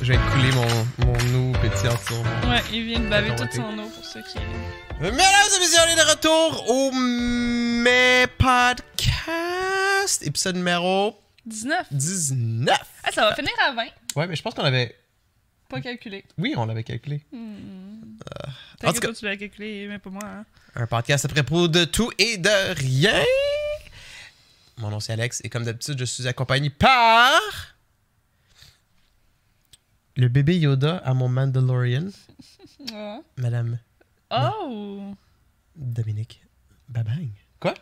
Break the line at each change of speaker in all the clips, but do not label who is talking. Je viens de couler mon, mon eau pétillante sur mon.
Ouais, il vient de baver
Attends,
toute
ok.
son eau pour ceux qui.
Mesdames et messieurs, on est de retour au mes podcast, épisode numéro
19.
19.
Ah, ça va finir à 20.
Ouais, mais je pense qu'on avait.
Pas calculé.
Oui, on l'avait calculé.
T'as
Hmm. en tout
que
cas-
toi, tu l'as calculé, mais pas moi. Hein.
Un podcast à propos de tout et de rien. Mon nom c'est Alex et comme d'habitude, je suis accompagné par. Le bébé Yoda à mon Mandalorian,
Ouais.
Madame
Oh!
Dominique Babang. Quoi?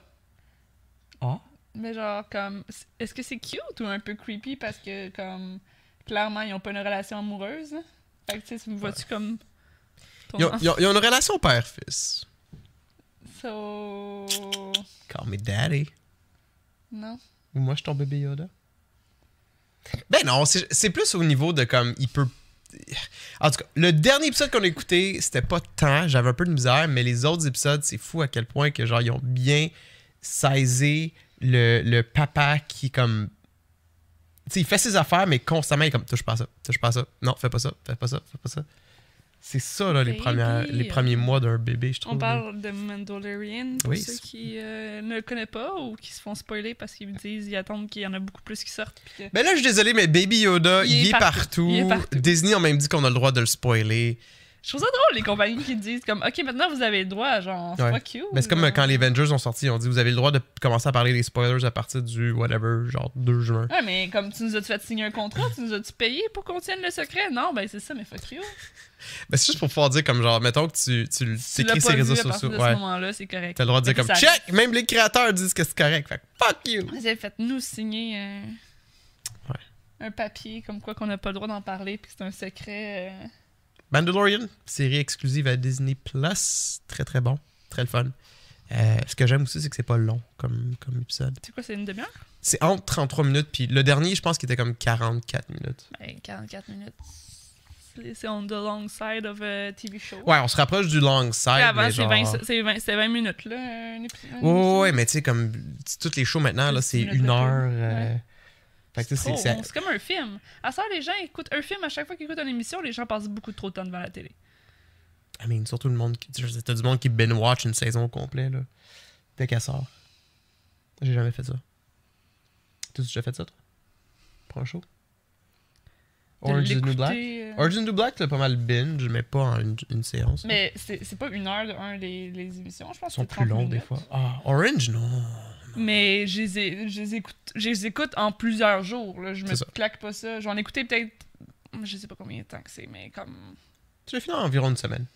Ah?
Mais genre, comme. Est-ce que c'est cute ou un peu creepy parce que, comme. Clairement, ils ont pas une relation amoureuse. là? Fait que, tu sais, tu me vois-tu comme. Ton
Ils ont, ils ont- ils ont une relation père-fils.
So.
Call me daddy.
Non.
Ou moi, je suis ton bébé Yoda? Ben non, c'est c'est plus au niveau de comme, il peut... En tout cas, le dernier épisode qu'on a écouté, c'était pas tant, j'avais un peu de misère, mais les autres épisodes, c'est fou à quel point que genre, ils ont bien saisi le, le papa qui comme... Tu sais, il fait ses affaires, mais constamment, il est comme, touche pas à ça, touche pas à ça, non, fais pas ça, fais pas ça, fais pas ça. C'est ça, là, les,
Baby. euh,
premières, les premiers mois d'un bébé, je trouve.
On parle de Mandalorian pour
Hmm. Oui,
ceux
c'est-
qui euh, ne le connaissent pas ou qui se font spoiler parce qu'ils me disent, ils attendent qu'il y en a beaucoup plus qui sortent. puis que-
Ben là, je suis désolé, mais Baby Yoda, il, est, partout.
Il est partout.
Disney ont même dit qu'on a le droit de le spoiler.
Je trouve ça drôle, les compagnies qui disent comme OK, maintenant vous avez le droit, genre, c'est
Ouais.
pas cute.
Mais c'est comme
genre.
euh, quand les Avengers ont sorti, on dit vous avez le droit de commencer à parler des spoilers à partir du whatever, genre 2 juin.
Ouais, mais comme tu nous as fait signer un contrat, tu nous as-tu payé pour qu'on tienne le secret? Non, ben c'est ça, mais fuck you.
Ben c'est juste pour pouvoir dire comme genre, mettons que tu, tu
Tu l'as
t'écris
pas
ces
vu
réseaux
à partir
sociaux.
de
ouais.
ce moment-là, c'est correct.
T'as le droit de dire
Fait
comme
que ça-
check! Même les créateurs disent que c'est correct. Fait que fuck you!
Vous avez fait nous signer euh,
Ouais.
un papier comme quoi qu'on n'a pas le droit d'en parler, puis que c'est un secret. euh.
Mandalorian, série exclusive à Disney Plus. Très très bon. Très le fun. Euh, ce que j'aime aussi, c'est que c'est pas long comme, comme épisode.
C'est quoi, c'est une demi-heure?
C'est entre 33 minutes, puis le dernier, je pense qu'il était comme 44 minutes.
Ben 44 minutes. C'est- C'est on the long side of a TV show.
Ouais, on se rapproche du long side.
Puis avant,
mais
c'est
genre...
20, c'est 20 c'est 20 minutes, là, un épisode.
Ouais, ouais, ouais, mais tu sais, comme t- toutes les shows maintenant, là, c'est
Une minute
une
de
heure.
pub.
euh, Fait que tu sais,
Trop,
c'est- c'est.
C'est comme un film. À ça, les gens écoutent un film à chaque fois qu'ils écoutent une émission, les gens passent beaucoup trop de temps devant la télé.
I mean, surtout le monde. qui- tu sais, T'as du monde qui binge-watch une saison au complet, là. Dès qu'elle sort. J'ai jamais fait ça. T'as déjà fait ça, toi Pour un show
De
Orange is the New
l'écouter,
Black
euh,
Orange is the New Black, t'as pas mal binge, mais pas en une, une séance.
Mais c'est c'est pas une heure de un les, les émissions, je pense.
Ils
que
sont
c'est
plus
30
longs, des
minutes.
fois. Ah, Orange, non.
Mais je les, ai- je les écoute, je les écoute en plusieurs jours. là. Je me
C'est ça.
claque pas ça. J'en ai écouté peut-être, je sais pas combien de temps que c'est, mais comme.
Tu l'as fini en environ une semaine.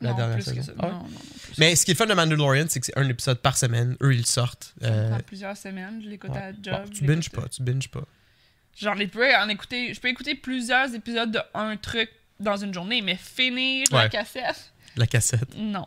La
non,
dernière
plus que
saison.
ça.
Ah ouais?
Non, non, non, plus.
Mais ce qui est le fun de Mandalorian, c'est que c'est un épisode par semaine. Eux, ils le sortent.
Ça me
Euh,
prend plusieurs semaines, je l'écoute
ouais.
à job.
Bon,
je
tu binges
l'écoute-
pas, tu binges pas.
Genre, je peux en écouter, je peux écouter plusieurs épisodes de un truc dans une journée, mais finir la
Ouais.
cassette,
La cassette.
non.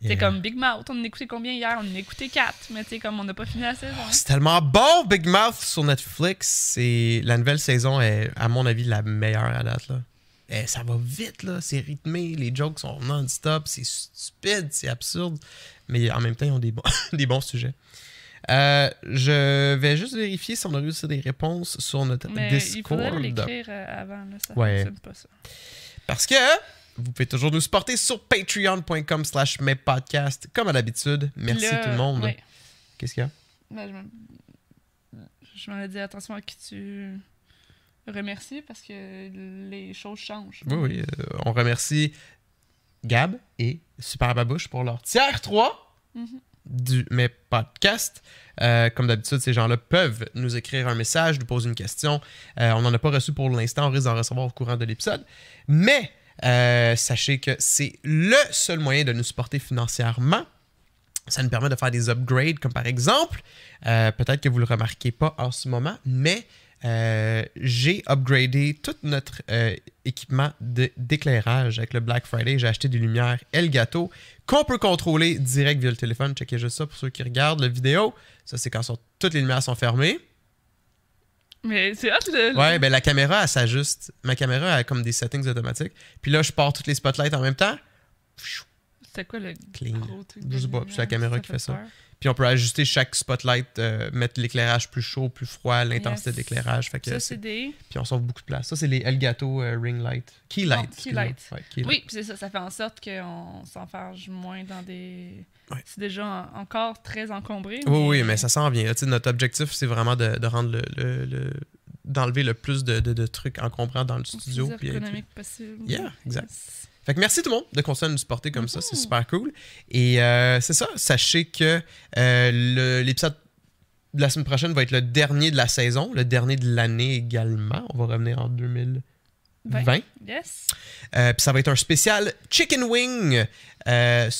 Yeah.
C'est comme Big Mouth, on en a écouté combien hier? On en a écouté 4, mais tu sais, comme on n'a pas fini la saison. hein.
Oh, c'est tellement bon, Big Mouth sur Netflix. Et la nouvelle saison est, à mon avis, la meilleure à date. Là. Eh, ça va vite, là. C'est rythmé. Les jokes sont non-stop. C'est stupide, c'est absurde. Mais en même temps, ils ont des bons, des bons sujets. Euh, je vais juste vérifier si on a réussi des réponses sur notre
mais il
Discord.
faudrait l'écrire euh, avant, là, ça
Ouais.
fonctionne pas ça.
Parce que vous pouvez toujours nous supporter sur patreon.com slash mespodcast, comme à l'habitude. Merci
Là,
tout le monde.
ouais.
Qu'est-ce qu'il y a?
Ben, je me- je m'en ai dit attention à qui tu remercies parce que les choses changent.
Oui, oui. euh, on remercie Gab et Super Babouche pour leur tiers 3
Mhm.
du mes podcasts. Euh, comme d'habitude, ces gens-là peuvent nous écrire un message, nous poser une question. Euh, on n'en a pas reçu pour l'instant, on risque d'en recevoir au courant de l'épisode. Mais euh, sachez que c'est le seul moyen de nous supporter financièrement. Ça nous permet de faire des upgrades, comme par exemple, euh, peut-être que vous ne le remarquez pas en ce moment, mais euh, j'ai upgradé tout notre euh, équipement de- d'éclairage avec le Black Friday. J'ai acheté des lumières Elgato qu'on peut contrôler direct via le téléphone. Checkez juste ça pour ceux qui regardent la vidéo. Ça, c'est quand sont- toutes les lumières sont fermées.
Mais c'est hot, le.
Ouais, ben la caméra, elle s'ajuste. Ma caméra a comme des settings automatiques. Puis là, je pars toutes les spotlights en même temps. Pfiou,
C'était quoi le
Clean.
gros truc?
Je sais pas,
de
c'est la caméra qui fait ça.
peur.
Puis on peut ajuster chaque spotlight, euh, mettre l'éclairage plus chaud, plus froid, l'intensité
Yes.
de l'éclairage. Fait que
Ça,
c'est-
c'est des.
Puis on sauve beaucoup de place. Ça, c'est les Elgato euh, Ring Light. Key
Non,
Light.
Key
excuse-moi.
Light.
Ouais, Key Light.
Oui, puis c'est ça, ça fait en sorte qu'on s'enfarge moins dans des.
Ouais.
C'est déjà en- encore très encombré.
Oui, oui, mais ça s'en vient. Tu sais, notre objectif, c'est vraiment de, de rendre le. le- le- d'enlever le plus de, de, de trucs encombrants dans le
Aussi
studio.
plus
puis- euh,
économique possible.
Yeah, exact.
Yes.
Fait que merci tout le monde de continuer à nous supporter comme ça, c'est super cool. Et euh, c'est ça, sachez que euh, le- l'épisode de la semaine prochaine va être le dernier de la saison, le dernier de l'année également. On va revenir en 2020.
Ben, Yes.
Euh, Puis ça va être un spécial Chicken Wing euh,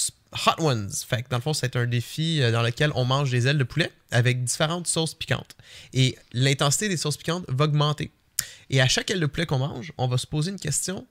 Hot Ones. Fait que dans le fond, c'est un défi euh, dans lequel on mange des ailes de poulet avec différentes sauces piquantes. Et l'intensité des sauces piquantes va augmenter. Et à chaque aile de poulet qu'on mange, on va se poser une question.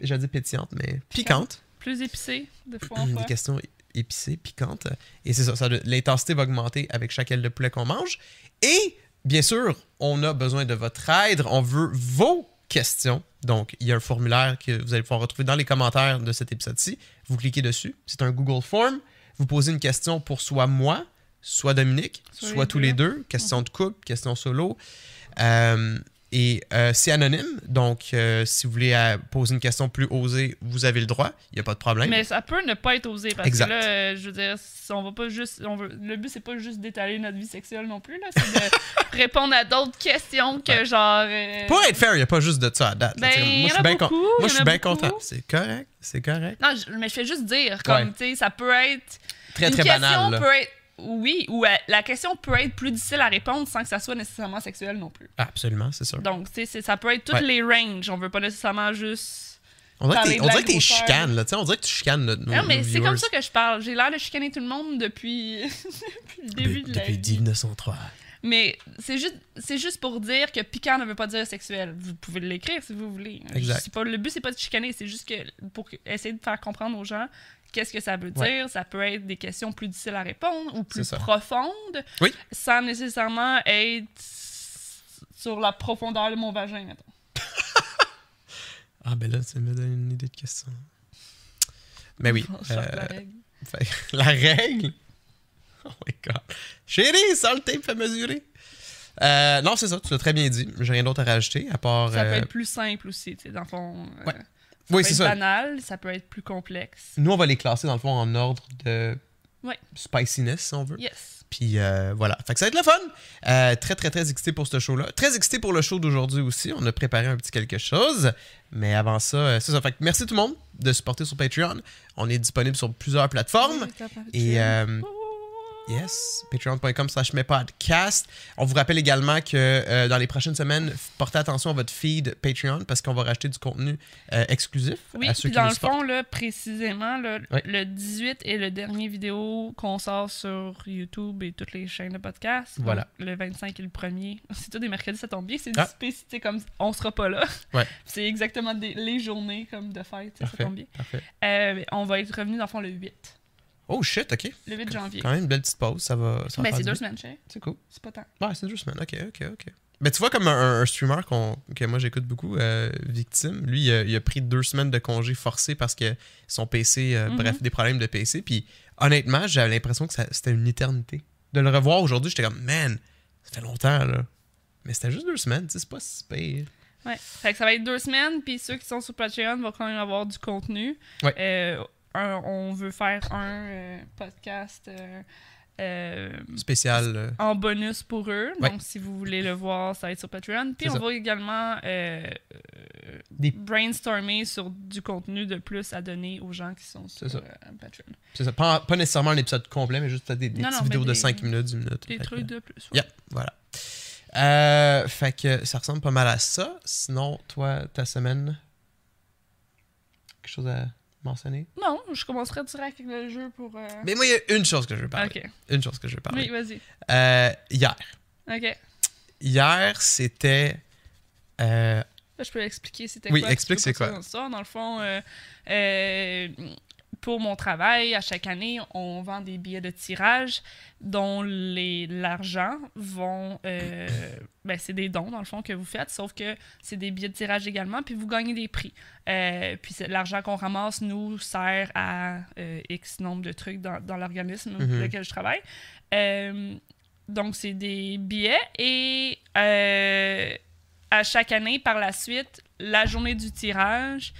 J'ai dit pétillante, mais piquante.
Plus épicé, de fois en
Des
fois.
questions épicées, piquantes. Et c'est ça, ça doit- l'intensité va augmenter avec chaque aile de poulet qu'on mange. Et bien sûr, on a besoin de votre aide. On veut vos questions. Donc, il y a un formulaire que vous allez pouvoir retrouver dans les commentaires de cet épisode-ci. Vous cliquez dessus. C'est un Google Form. Vous posez une question pour soit moi, soit Dominique,
Soit
soit,
les
tous
deux.
les deux. Question de couple, question solo. Euh, et euh, c'est anonyme. Donc, euh, si vous voulez euh, poser une question plus osée, vous avez le droit. Il n'y a pas de problème.
Mais ça peut ne pas être osé parce
Exact.
que là, euh, je veux dire, si on va pas juste, on veut, le but c'est pas juste d'étaler notre vie sexuelle non plus là, c'est de répondre à d'autres questions que
Ouais.
genre. euh,
Pour être fair, il n'y a pas juste de ça à date.
ben,
là, tu sais,
il y
moi, je
en a
suis bien con-
beaucoup, il y
moi,
en
je
a
suis bien
beaucoup.
content. C'est correct, c'est correct.
Non, je- mais je fais juste dire, comme
Ouais.
tu sais, ça peut être
Très,
une
très
question
banal. là.
peut être oui ou euh, la question peut être plus difficile à répondre sans que ça soit nécessairement sexuel non plus.
Absolument, c'est sûr.
Donc tu sais, c'est- ça peut être toutes
Ouais.
les ranges. On veut pas nécessairement juste.
On dirait que
parler
t'es-
de
on
la
dirait que t'es
grosseur.
chicane, là. Tu sais, on dirait que tu chicanes notre
non mais c'est comme ça que je parle. J'ai l'air de chicaner tout le monde depuis, depuis le début de la
Depuis
vie.
1903.
Mais c'est juste, c'est juste pour dire que piquant ne veut pas dire sexuel. Vous pouvez l'écrire si vous voulez. Je-
Exact.
c'est pas, le but, c'est pas de chicaner, c'est juste que pour que- essayer de faire comprendre aux gens qu'est-ce que ça veut dire.
Ouais.
Ça peut être des questions plus difficiles à répondre ou plus
C'est ça.
profondes
Oui.
sans nécessairement être s- sur la profondeur de mon vagin, mettons.
Ah, ben là, ça me donne une idée de question. Mais oui.
Je sors de la
euh,
règle.
fait- la règle. Oh my god. Chérie, sans le tape à mesurer. Euh, non, c'est ça, tu l'as très bien dit. J'ai rien d'autre à rajouter, à part.
Ça peut
euh,
être plus simple aussi, tu sais, dans le fond. euh,
Ouais.
ça
Oui,
peut
c'est
être
ça.
banal, ça peut être plus complexe.
Nous, on va les classer, dans le fond, en ordre de
Ouais.
spiciness, si on veut.
Yes.
Puis euh, voilà. Fait que ça va être le fun. Euh, très, très, très excité pour ce show-là. Très excité pour le show d'aujourd'hui aussi. On a préparé un petit quelque chose. Mais avant ça, euh, c'est ça. Fait que merci tout le monde de supporter sur Patreon. On est disponible sur plusieurs plateformes. Et euh, yes, patreon.com slash podcast. On vous rappelle également que euh, dans les prochaines semaines, f- portez attention à votre feed Patreon parce qu'on va racheter du contenu euh, exclusif
Oui,
à ceux
puis
qui
dans
nous
le
supportent.
fond, là, précisément, là,
Ouais.
le 18 est le dernier vidéo qu'on sort sur YouTube et toutes les chaînes de podcast. Donc,
Voilà.
le 25 est le premier. C'est tout des mercredis, ça tombe bien. C'est
Ah.
dissipé, c'est comme on sera pas là.
Ouais.
c'est exactement des- les journées comme de fête, ça
Parfait.
tombe bien.
Parfait.
Euh, mais on va être revenu dans le fond le 8.
Oh shit, ok.
Le 8 janvier.
Quand même une belle petite pause. Ça va. Ça va
Ben,
faire
c'est
du
deux
bien.
semaines, chez.
C'est cool.
C'est pas tant.
Ouais, c'est deux semaines. Ok, ok, ok. Mais tu vois, comme un, un streamer qu'on- que moi j'écoute beaucoup, euh, Victime, lui, il a, il a pris deux semaines de congé forcé parce que son PC, euh,
Mhm.
bref, des problèmes de PC. Puis honnêtement, j'avais l'impression que ça- c'était une éternité. De le revoir aujourd'hui, j'étais comme, man, ça fait longtemps, là. Mais c'était juste deux semaines, tu sais, c'est pas si pire.
Ouais. Fait que ça va être deux semaines, puis ceux qui sont sur Patreon vont quand même avoir du contenu.
Ouais.
Euh, un- on veut faire un euh, podcast euh, euh,
Spécial. euh,
en bonus pour eux.
Ouais.
Donc, si vous voulez le voir, ça va être sur Patreon. Puis,
C'est
on
ça.
va également euh, euh,
Des-
brainstormer sur du contenu de plus à donner aux gens qui sont sur
C'est ça.
euh, Patreon.
c'est ça, pas, pas nécessairement un épisode complet, mais juste peut-être des, des
Non,
petites
non, mais
vidéos de
des-
5 minutes, 10 minutes.
Des
Fait que-
trucs de plus. ouais.
Yep, voilà. Euh, fait que ça ressemble pas mal à ça. Sinon, toi, ta semaine, quelque chose à mentionner?
Non, je commencerai direct avec le jeu pour. euh,
Mais moi, il y a une chose que je veux parler.
ok.
Une chose que je veux parler.
Oui, vas-y.
Euh, hier.
Ok.
Hier, c'était... euh,
Je peux expliquer c'était
Oui,
quoi.
explique
si tu veux
c'est quoi.
continuer dans l'histoire. Dans le fond, euh, euh, pour mon travail, à chaque année, on vend des billets de tirage dont les- l'argent vont... euh, ben, c'est des dons, dans le fond, que vous faites, sauf que c'est des billets de tirage également, puis vous gagnez des prix. Euh, puis c'est- l'argent qu'on ramasse nous sert à euh, X nombre de trucs dans, dans l'organisme
Mhm.
dans lequel je travaille. Euh, donc, c'est des billets et euh, à chaque année, par la suite, la journée du tirage,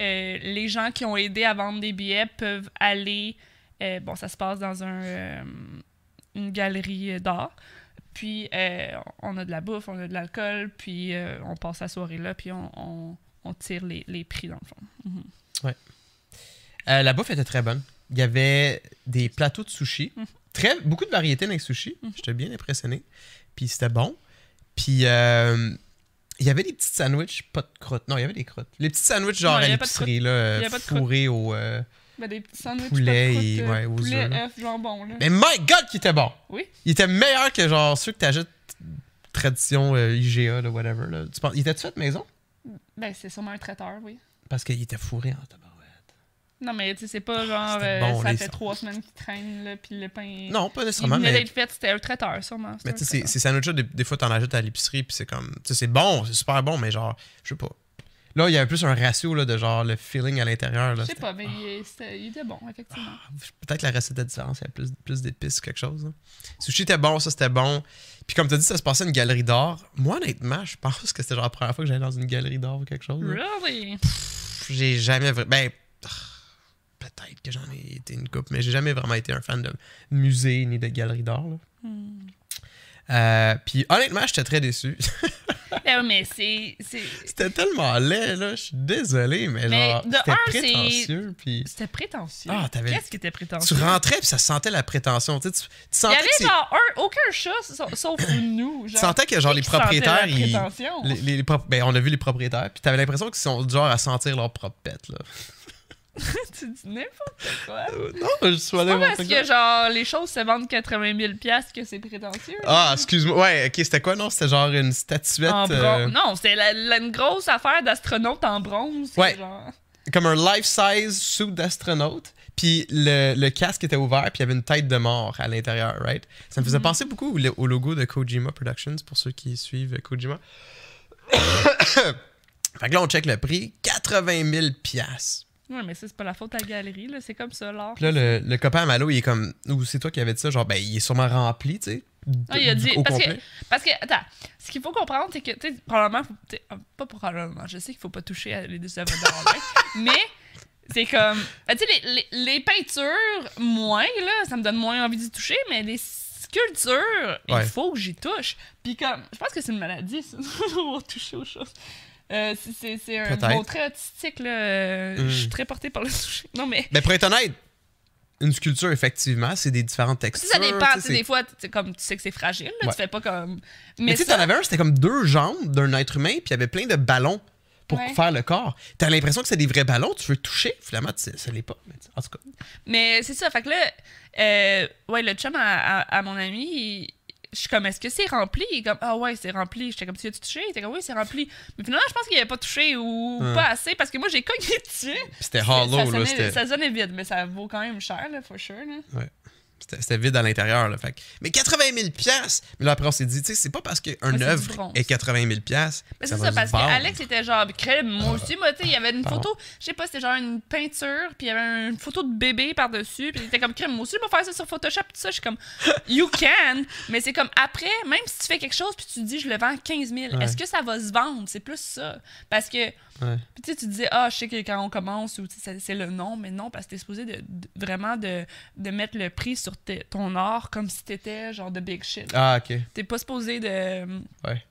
euh, les gens qui ont aidé à vendre des billets peuvent aller. euh, bon, ça se passe dans un, euh, une galerie euh, d'art. Puis, euh, on a de la bouffe, on a de l'alcool, puis euh, on passe la soirée là, puis on, on- on tire les, les prix, dans le fond.
Euh, la bouffe était très bonne. Il y avait des plateaux de sushi.
Mhm.
Très, beaucoup de variétés dans les sushis.
Mhm.
J'étais bien impressionné. Puis c'était bon. Puis euh, il y avait des petits sandwichs, pas de croûtes. Non, il y avait des croûtes. Les petits sandwichs genre
Non, il
à
y avait pas de croûtes.
l'épicerie, là, euh,
Il y avait pas de croûtes.
fourrés au... euh,
Ben, des petits sandwichs
Poulet
pas de
et-
croûte, euh,
ouais, aux
poulet,
œufs, Ben- là.
œufs, jambon, là.
Mais my God, qui était bon!
Oui.
Il était meilleur que genre ceux que t'achètes tradition euh, IGA, là, whatever. Là. Tu penses, il était-tu fait maison?
Ben, c'est sûrement un traiteur, oui.
Parce qu'il était fourré en tabarouette.
Non, mais tu sais, c'est pas genre
c'était
euh,
bon,
ça
les
fait
sandwichs.
trois semaines qu'il traîne, là, puis le pain. est-
Non, pas
Il
nécessairement,
venait
mais...
d'être fait, c'était un traiteur, sûrement.
Mais
c'était un
tu sais, ces-
traiteur.
ces sandwichs des, des fois, t'en achètes à l'épicerie, puis c'est comme. Tu sais, c'est bon, c'est super bon, mais genre, je sais pas. Là, il y avait plus un ratio là, de genre le feeling à l'intérieur. là,
Je sais
c'était-
pas, mais il, est- c'était- il était bon, effectivement.
Ah, Peut-être la recette était différente, il y avait plus, plus d'épices, quelque chose. là. Sushi était bon, ça c'était bon. Puis comme t'as dit, ça se passait à une galerie d'art. Moi, honnêtement, je pense que c'était genre la première fois que j'allais dans une galerie d'art ou quelque chose. là.
Really?
J'ai jamais vraiment. Ben, ah, peut-être que j'en ai été une coupe, mais j'ai jamais vraiment été un fan de musée ni de galerie d'art. là.
Hmm.
Euh, puis honnêtement, j'étais très déçu.
Ben, mais c'est. c'est-
C'était tellement laid, là. Je suis désolé, mais,
Mais
genre,
de
c'était
un, c'est-
prétentieux. Puis
C'était prétentieux.
Ah, t'avais-
Qu'est-ce qui était
tu
prétentieux?
rentrais, puis ça sentait la prétention. Tu, sais, tu, tu
Il y
sentais que
avait
c'est-
genre un, aucun chat, sa- sauf nous.
tu
Genre,
sentais que, genre, les
qui sentait la
propriétaires, ils-
prétention?
les, les- les prop- ben, on a vu les propriétaires, puis t'avais l'impression qu'ils sont du genre à sentir leur propre pète, là.
tu dis n'importe quoi.
Euh, non, je suis allé
Pas
voir
parce que, genre, les choses se vendent 80 000 que c'est prétentieux.
Ah, excuse-moi. Ouais, ok, c'était quoi, non? C'était genre une statuette,
En bronze.
euh,
Non, c'est la, la- une grosse affaire d'astronaute en bronze.
Ouais.
genre.
comme un life-size suit d'astronaute, puis le, le casque était ouvert, puis il y avait une tête de mort à l'intérieur, right? Ça me faisait
Mhm.
penser beaucoup au, au logo de Kojima Productions, pour ceux qui suivent Kojima. fait que là, on check le prix, 80 000 piastres.
Ouais, mais ça, c'est pas la faute à la galerie, là. C'est comme ça, l'art.
Puis là, le, le copain à Malo, il est comme... Ou c'est toi qui avais dit ça? Genre, ben, il est sûrement rempli, tu sais,
Ah, il a
du-
dit-
au
parce que-
complet.
Parce que, attends, ce qu'il faut comprendre, c'est que, tu sais, probablement, faut- tu sais, euh, pas probablement, je sais qu'il faut pas toucher à les deux œuvres d'art, là, mais c'est comme, ben, tu sais, les, les- les peintures, moins, là, ça me donne moins envie d'y toucher, mais les sculptures,
Ouais.
il faut que j'y touche. Puis comme, je pense que c'est une maladie, ça, d'avoir touché aux choses. Euh, c'est- c'est c'est un
Peut-être.
mon trait artistique, là, euh,
Mm.
je suis très portée par le toucher. Non, mais...
Ben, pour être honnête, une sculpture, effectivement, c'est des différentes
tu
textures.
sais, Ça dépend, tu
c'est-
sais, des fois, tu sais, comme tu sais que c'est fragile, là,
Ouais.
tu fais pas comme.
Mais tu sais,
ça-
t'en avais un, c'était comme deux jambes d'un être humain, puis il y avait plein de ballons pour
Ouais.
faire le corps. T'as l'impression que c'est des vrais ballons, tu veux toucher, finalement, tu sais, ça l'est pas. mais tu- en tout cas,
Mais c'est ça, fait que là, euh, ouais, le chum à, à- à mon ami, il- je suis comme, est-ce que c'est rempli? Il est comme, ah ouais, c'est rempli. J'étais comme, tu as-tu touché? Il était comme, oui, c'est rempli. Mais finalement, je pense qu'il avait pas touché ou
Ouais.
pas assez parce que moi, j'ai cogné dessus.
Puis c'était
Ça- ça,
Hein. hollow, là,
sonnait-
c'était-
ça sonnait vide, mais ça vaut quand même cher, là, for sure. Là.
c'était c'était vide à l'intérieur. là, fait que- Mais 80 000 piastres! Mais là, après, on s'est dit, tu sais, c'est pas parce
c'est
qu'un
du
œuvre
bronze.
est 80 000 piastres.
Mais c'est
va
ça,
se
parce que
vendre.
Alex était genre crème, moi aussi, moi, tu sais, il y avait une
Pardon.
photo, je sais pas, c'était genre une peinture, puis il y avait une photo de bébé par-dessus, puis il était comme crème, moi aussi, je vais faire ça sur Photoshop, tout ça, je suis comme, you can, mais c'est comme après, même si tu fais quelque chose, puis tu dis, je le vends 15 000,
Ouais.
est-ce que ça va se vendre? C'est plus ça. Parce que, puis tu sais, tu dis, ah, je sais que quand on commence, ou tu sais, c'est c'est le nom, mais non, parce que t'es supposé de, de- vraiment de, de mettre le prix sur tes- ton art comme si t'étais genre de big shit.
Ah, ok.
T'es pas supposé de.
Ouais.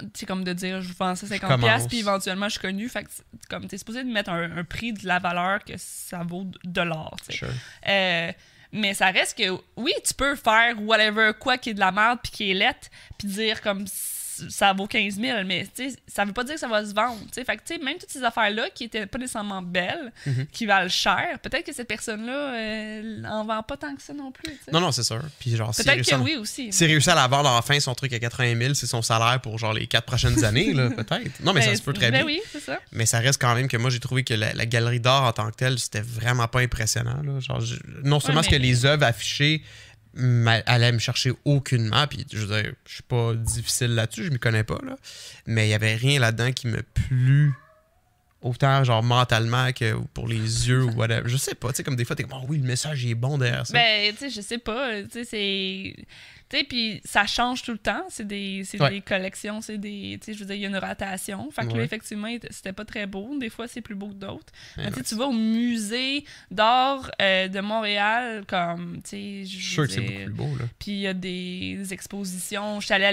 Tu sais, comme de dire, je vends ça
Je
50$,
commence.
piastres, puis éventuellement, je suis connu. Fait que, c'est- comme, t'es supposé de mettre un, un prix de la valeur que ça vaut de- de l'or, tu sais.
Sure.
Euh, mais ça reste que, oui, tu peux faire whatever, quoi qui est de la merde, puis qui est lettre, puis dire comme, s- ça vaut 15 000, mais tu sais, ça veut pas dire que ça va se vendre. tu sais. Fait que, tu sais, même toutes ces affaires-là qui étaient pas nécessairement belles,
Mhm.
qui valent cher, peut-être que cette personne-là euh, en vend pas tant que ça non plus. tu sais.
Non, non, c'est sûr. Puis genre, s'il
peut-être
réussit,
que
à-
oui aussi.
s'il réussit à la vendre enfin son truc à 80 000, c'est son salaire pour genre les quatre prochaines années, là, peut-être. Non, mais ça
Ben,
se peut très bien.
ben oui, c'est ça.
Mais ça reste quand même que moi, j'ai trouvé que la, la galerie d'art en tant que telle, c'était vraiment pas impressionnant. là. Genre, je- non seulement
Ouais,
ce que
mais-
les œuvres affichées m'a- allaient me chercher aucunement, puis je veux dire, je suis pas difficile là-dessus, je m'y connais pas, là. mais il y avait rien là-dedans qui me plut autant genre mentalement que pour les yeux ou whatever. Je sais pas, tu sais, comme des fois, t'es comme, oh oui, le message il est bon derrière ça.
Ben, tu sais, je sais pas. Tu sais, c'est. Tu sais, puis ça change tout le temps. C'est des, c'est
Ouais.
des collections, c'est des. Tu sais, je veux dire, il y a une rotation. Fait que là,
Ouais. Ben
effectivement, il- c'était pas très beau. Des fois, c'est plus beau que d'autres.
Ouais,
Mais tu sais, tu vas au musée d'art euh, de Montréal, comme. Tu sais, je
je suis sûr
veux
que c'est
dire,
beaucoup plus beau, là.
Puis il y a des expositions. Je suis allée à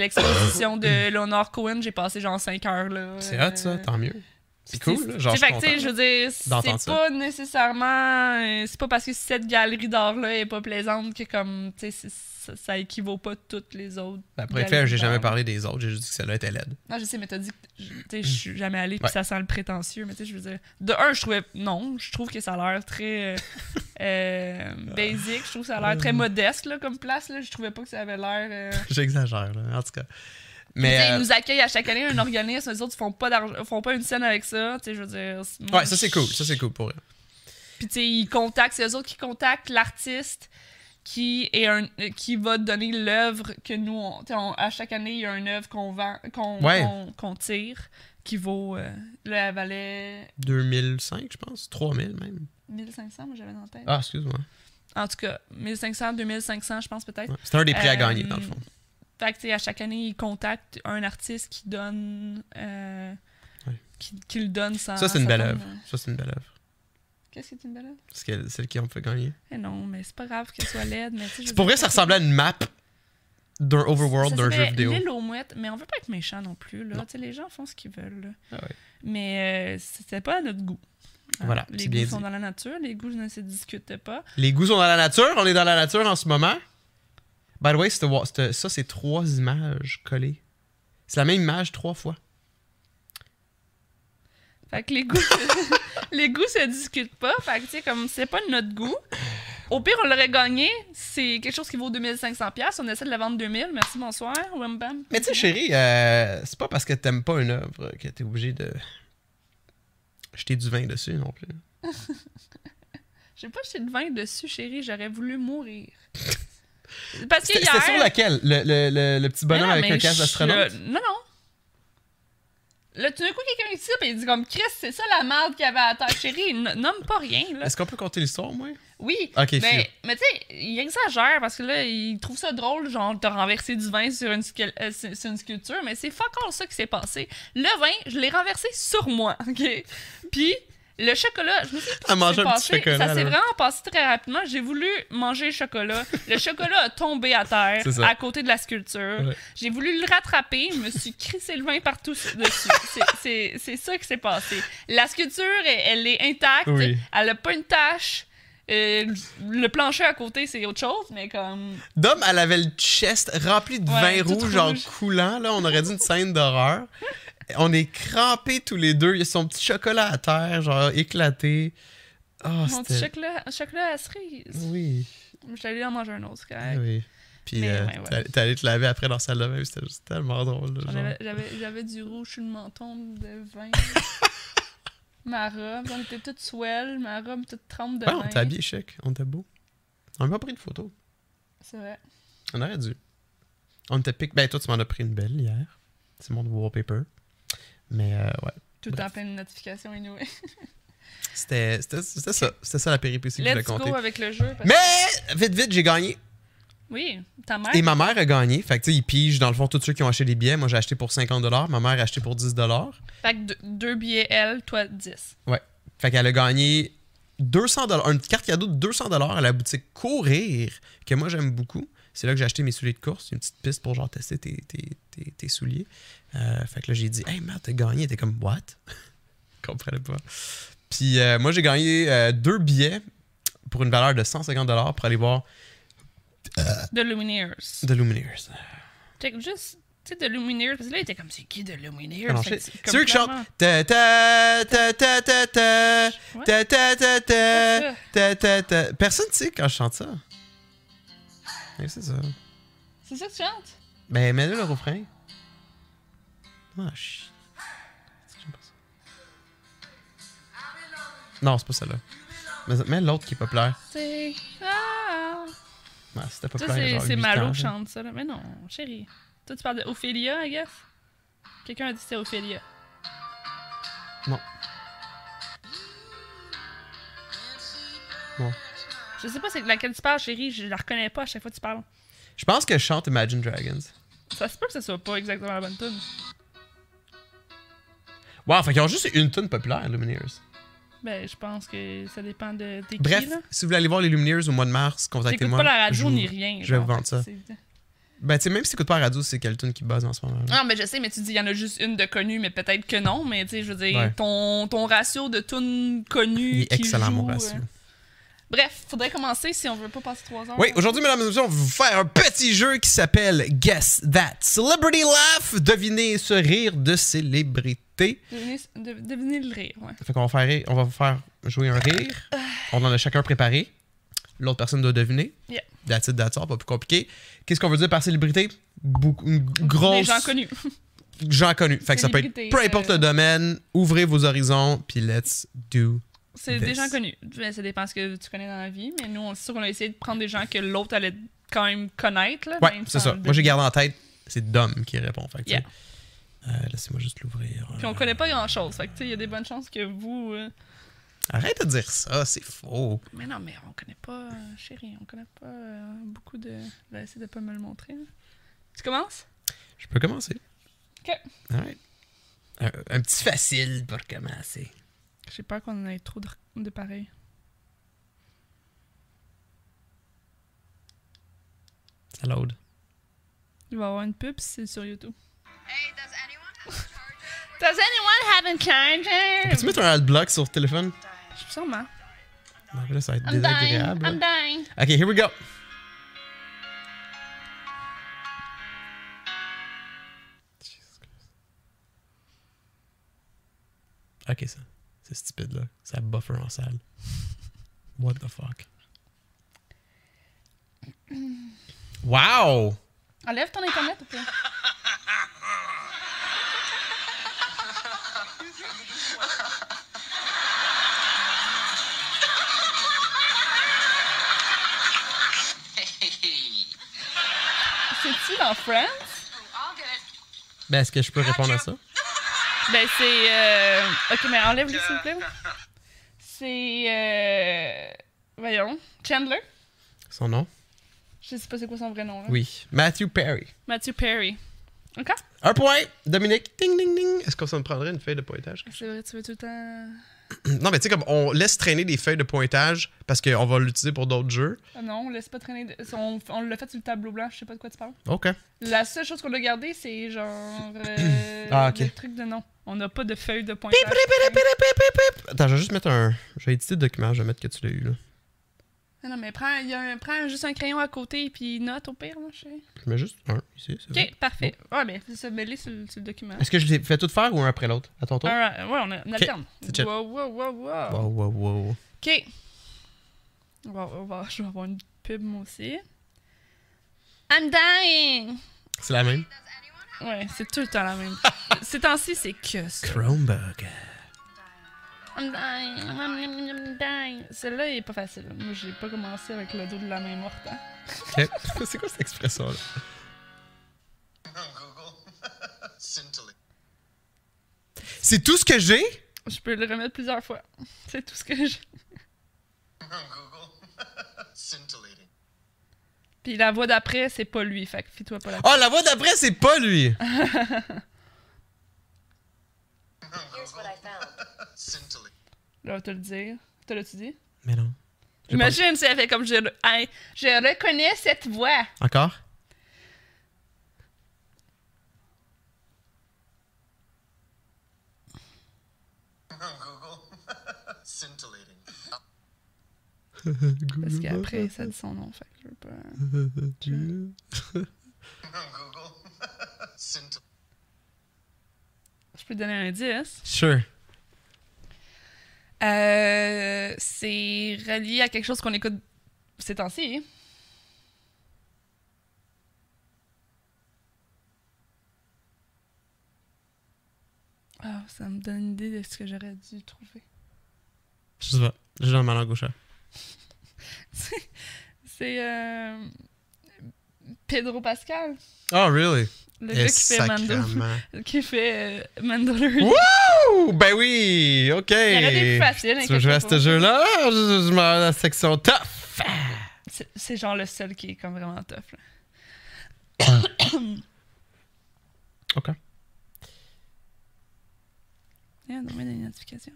l'exposition de Leonard Cohen, j'ai passé genre 5 heures là.
C'est hot, ça,
Euh,
tant mieux. C'est
puis
cool,
tu-
là. Genre,
tu
je
sais,
suis
fait que, tu sais,
content.
je veux dire,
d'entendre
c'est
ça.
pas nécessairement. euh, c'est pas parce que cette galerie d'art-là est pas plaisante que, comme, tu sais, c'est- ça, ça équivaut pas toutes les autres.
Après,
galeries
j'ai jamais
d'art.
parlé des autres, j'ai juste dit que celle-là était laide.
Non, je sais, mais t'as dit que, je- tu sais, je suis jamais allée, puis
Ouais.
ça sent le prétentieux, mais tu sais, je veux dire. De un, je trouvais. Non, je trouve que ça a l'air très. euh, euh, basic, je trouve que ça a l'air
Euh.
très modeste, là, comme place, là. Je trouvais pas que ça avait l'air. euh,
J'exagère, là, en tout cas.
Tu
Mais.
sais,
euh,
ils nous accueillent à chaque année un organisme, eux autres, ils font pas, d'argent- font pas une scène avec ça. Tu sais, je veux dire. c'est- moi,
Ouais, ça c'est cool, ça c'est cool pour eux.
Puis tu sais, ils contactent, c'est eux autres qui contactent l'artiste qui, est un, euh, qui va donner l'œuvre que nous, on, tu sais, on- à chaque année, il y a une œuvre qu'on vend, qu'on
Ouais.
qu'on- qu'on tire, qui vaut, euh, là, elle valait
2005, je pense, 3000 même.
1500, moi j'avais dans la tête.
Ah, excuse-moi.
En tout cas, 1500, 2500, je pense peut-être.
Ouais, C'est un des prix à
Euh,
gagner, dans le fond.
Fait que tu sais, à chaque année, ils contactent un artiste qui donne... euh,
Ouais.
Qui, qui le donne sans...
Ça, c'est une
sans
belle
prendre,
œuvre.
euh,
Ça, c'est une belle œuvre.
Qu'est-ce que c'est une belle œuvre?
Parce que celle qui on fait gagner.
Eh non, mais c'est pas grave qu'elle soit laide. Mais, tu sais, je veux
Pour
dire,
vrai, ça ressemblait à une map d'un overworld, d'un jeu
s'appelle
vidéo.
L'île aux mouettes, mais on veut pas être méchant non plus. Là.
Non.
Tu sais, Les gens font ce qu'ils veulent. là.
Ah ouais.
Mais euh, c'était pas à notre goût. Hein,
Voilà, c'est
les
bien
goûts sont
dit.
dans la nature, les goûts ne se discutent pas.
Les goûts sont dans la nature, on est dans la nature en ce moment. By the way, c'était wa- c'était- ça, c'est trois images collées. C'est la même image trois fois.
Fait que les goûts, les goûts se discutent pas. Fait que tu sais, comme c'est pas de notre goût. Au pire, on l'aurait gagné. C'est quelque chose qui vaut 2500$. piastres. On essaie de la vendre 2000$. Merci, bonsoir. Wham bam.
Mais tu sais, chérie, euh, c'est pas parce que t'aimes pas une œuvre que t'es obligé de jeter du vin dessus non plus.
J'ai pas jeté de vin dessus, chérie. J'aurais voulu mourir. Parce que
C'était
hier...
c'était sur laquelle le, le- le- le petit bonhomme
Mais non,
avec
mais
un casque
je-
d'astronaute
Non, non. Là, tout d'un coup, quelqu'un est ici, puis il dit comme Chris, c'est ça la merde qu'il y avait à terre. Chérie, n- nomme pas rien, là.
Est-ce qu'on peut compter l'histoire, moi
Oui.
Ah, Ok, fiu.
mais, mais tu sais, il exagère parce que là, il trouve ça drôle, genre, de renverser du vin sur une, squel- euh, sur- sur une sculpture, mais c'est fuck all ça qui s'est passé. Le vin, je l'ai renversé sur moi, ok? Puis, le chocolat, je me suis
Elle mangeait un petit chocolat,
Ça s'est
là.
vraiment passé très rapidement. J'ai voulu manger le chocolat. Le chocolat a tombé à terre,
C'est ça.
à côté de la sculpture.
Ouais.
J'ai voulu le rattraper, je me suis crissé le vin partout sur- dessus. C'est- C'est c'est ça qui s'est passé. La sculpture, elle, elle est intacte,
Oui.
elle a pas une tache. Euh, le plancher à côté, c'est autre chose, mais comme.
Dom, elle avait le chest rempli de
Ouais,
vin
tout
rouge, genre
rouge.
coulant. Là, on aurait dit une scène d'horreur. On est crampés tous les deux. Il y a son petit chocolat à terre, genre éclaté. Oh,
mon petit
c'était...
chocolat, chocolat à la cerise.
Oui,
Je suis allée en manger un autre, c'est
ah
correct.
oui. Puis
Mais
euh,
ouais, ouais.
t'allais- t'allais te laver après dans la salle de bain. C'était juste tellement drôle. là,
J'en
genre.
avais- J'avais j'avais du rouge sur le menton, de vin. ma robe, on était toutes swell, ma robe toute trempe de
Ouais, on
vin.
t'a habillé chic. On t'a beau. On n'a pas pris de photo.
C'est vrai.
On aurait dû. On t'a piqué. Ben, toi, tu m'en as pris une belle hier. C'est mon wallpaper. Mais euh, ouais.
Tout
Bref.
en pleine notification inouïe.
C'était c'était- c'était ça. C'était ça la péripétie que je voulais
Let's go
compter.
avec le jeu. parce-
Mais vite, vite, j'ai gagné.
Oui, ta mère.
Et ma mère a gagné. Fait que tu sais, ils pigent dans le fond tous ceux qui ont acheté des billets. Moi, j'ai acheté pour 50 Ma mère a acheté pour 10
Fait que deux, deux billets L, toi 10.
Fait qu'elle a gagné 200 une petite carte cadeau de 200 à la boutique Courir, que moi j'aime beaucoup. C'est là que j'ai acheté mes souliers de course, une petite piste pour genre tester tes, tes- tes- tes souliers. Euh, fait que là j'ai dit, hey Matt, t'as gagné. T'es comme, what? Je comprenais pas. Puis euh, moi j'ai gagné euh, deux billets pour une valeur de 150 pour aller voir Euh.
De Lumineers.
The Lumineers.
Check, juste Tu sais, de Lumineers. Parce que là, il était comme, c'est qui de Lumineers?
Ah non,
Fait que
c'est-
comme
C'est eux qui chantent. Ta
clairement-
ta ta ta ta ta
Ouais.
ta ta ta ta
ça?
ta ta ta. Personne ne sait quand je chante ça. Ouais, C'est ça.
C'est ça que tu chantes?
Ben, mets-le le refrain. Ah, shit. J'aime pas ça. Non, c'est pas celle-là. Mais mets l'autre qui est populaire.
C'est. Ah!
Ouais, c'était
Ça,
populaire.
c'est
genre
c'est
huit
Malo
ans,
qui
là.
chante ça, là. Mais non, chérie. Toi, tu parles de Ophélia, I guess? Quelqu'un a dit que c'était Ophélia.
Non. Non.
Je sais pas c'est laquelle tu parles, chérie. Je la reconnais pas à chaque fois que tu parles.
Je pense que je chante Imagine Dragons.
Ça se peut que ça soit pas exactement la bonne tune.
Wow, fait qu'ils ont juste une tune populaire, Lumineers.
Ben, je pense que ça dépend de tes
Bref,
qui, là.
si vous voulez aller voir les Lumineers au mois de mars,
T'écoutes
contactez-moi.
pas la radio
Je vous-
ni rien.
je vais
genre,
vous vendre
fait que
ça.
c'est-
Ben, tu sais, même si t'écoutes pas la radio, c'est quelle tune qui buzz en ce moment. là.
Non, mais je sais, mais tu dis, il y en a juste une de connue, mais peut-être que non. Mais tu sais, je veux dire,
Ouais.
ton, ton ratio de tunes connues.
Il est
qui
excellent, mon
jouent,
ratio.
euh, Bref, faudrait commencer si on veut pas passer trois heures.
Oui, aujourd'hui, mesdames et messieurs, on va vous faire un petit jeu qui s'appelle Guess That Celebrity Laugh. Devinez ce rire de célébrité.
Devinez, hein. de- devinez le rire, ouais.
Fait qu'on va, faire, rire- on va vous faire jouer un rire.
Euh.
On en a chacun préparé. L'autre personne doit deviner.
Yeah.
That's it, that's all, pas plus compliqué. Qu'est-ce qu'on veut dire par célébrité? Beaucoup, une grosse.
Des gens connus.
gens connus. Fait que ça peut être
Célébrité,
peu importe
euh,
le domaine, ouvrez vos horizons, puis let's do.
C'est
This.
des gens connus. Mais ça dépend ce que tu connais dans la vie. Mais nous, on c'est sûr qu'on a essayé de prendre des gens que l'autre allait quand même connaître. Là, ben,
Ouais,
même
c'est
sans
ça.
le
Moi, j'ai
deviner.
gardé en tête, c'est Dom qui répond. Fait que, tu sais,
Yeah.
euh, Laissez-moi juste l'ouvrir. euh,
Puis on connaît pas grand chose. Fait que tu sais, il y a des bonnes chances que vous. euh,
Arrête de dire ça, c'est faux.
Mais non, mais on connaît pas, euh, chérie, on connaît pas euh, beaucoup de. Je vais essayer de pas me le montrer. hein. Tu commences?
Je peux commencer.
Ok.
Alright. Un, un petit facile pour commencer.
J'ai peur qu'on en ait trop de, de pareil.
Ça load.
Il va y avoir une pub si c'est sur YouTube.
Hey, does anyone have a charger?
Does anyone have a charger?
Peux-tu mettre un adblock sur le téléphone?
Sûrement.
Non, là, ça va être
I'm dying.
désagréable.
I'm dying.
Ok, here we go. Ok, ça. C'est stupide, là. Ça buffer en salle. What the fuck? Wow!
Enlève ton internet ou pas? C'est-tu dans Friends?
I'll get it.
Ben, est-ce que je peux répondre à ça?
Ben, c'est. euh, Ok, mais enlève-le s'il vous plaît. C'est. euh, Voyons. Chandler?
Son nom?
Je sais pas c'est quoi son vrai nom. Là.
Oui. Matthew Perry.
Matthew Perry. OK?
Un point! Dominique, ding ding ding! Est-ce qu'on s'en prendrait une feuille de pointage?
C'est vrai, tu veux tout le temps.
Non, mais tu sais, comme on laisse traîner des feuilles de pointage parce qu'on va l'utiliser pour d'autres jeux.
Ah non, on laisse pas traîner. de- On, on l'a fait sur le tableau blanc, je sais pas de quoi tu parles.
Ok.
La seule chose qu'on a gardée, c'est genre. euh,
Ah, ok.
Le truc de nom. On n'a pas de feuille de pointage.
Attends, je vais juste mettre un. Je vais éditer le document, je vais mettre que tu l'as eu là.
Ah Non, non, mais prends, il y a un- prends juste un crayon à côté puis note au pire, là, je sais.
Je mets juste un ici, c'est
Ok,
bon.
parfait. Ouais, mais c'est ça, mets-les sur, le- sur le document.
Est-ce que je les fais toutes faire ou un après l'autre À ton tour
Alright, ouais, on, a, on alterne.
c'est chill.
Wow, wow, wow, wow.
Wow, wow, wow.
Ok. On va- on va- je vais avoir une pub, moi aussi. I'm dying!
C'est la même.
Does anyone have
Ouais, c'est tout le temps la même. Ces temps-ci, c'est que ça.
Chromebug.
I'm dying, I'm, I'm- I'm dying. Celle-là, elle est pas facile. Moi, j'ai pas commencé avec le dos de la main morte. hein.
Ok. c'est quoi cette expression là
Google. Scintillate.
C'est tout ce que j'ai
Je peux le remettre plusieurs fois. C'est tout ce que j'ai.
Google. Scintillating.
Puis la voix d'après, c'est pas lui. Fait que fais-toi pas la
Oh, la voix d'après, c'est pas lui
Here's what I found.
Scintillate.
Là, on va te le dire. Te l'as-tu dit?
Mais non. J'ai pas-
Imagine si elle fait comme je, re- Hey, je reconnais cette voix.
Encore
Google. Scintillating.
Parce qu'après, ça dit son nom. Fait que je veux pas.
Google. Scintillating.
peux donner un indice.
Sure.
Euh, c'est relié à quelque chose qu'on écoute ces temps-ci. Ah, ça me donne une idée de ce que j'aurais dû trouver.
Je sais pas. J'ai dans ma langue au chat.
C'est euh, Pedro Pascal,
Oh, really?
le
Eh,
gars qui fait, Mando,
sacrement.
qui fait euh, Mandalorian.
Wouh! Ben oui! OK!
Il y aurait des plus faciles,
Tu veux jouer à
inquiète-toi
ce
pas.
jeu-là? Je, je- je m'en vais dans la section tough!
C'est- C'est genre le seul qui est comme vraiment tough. là.
OK.
Il y a des notifications.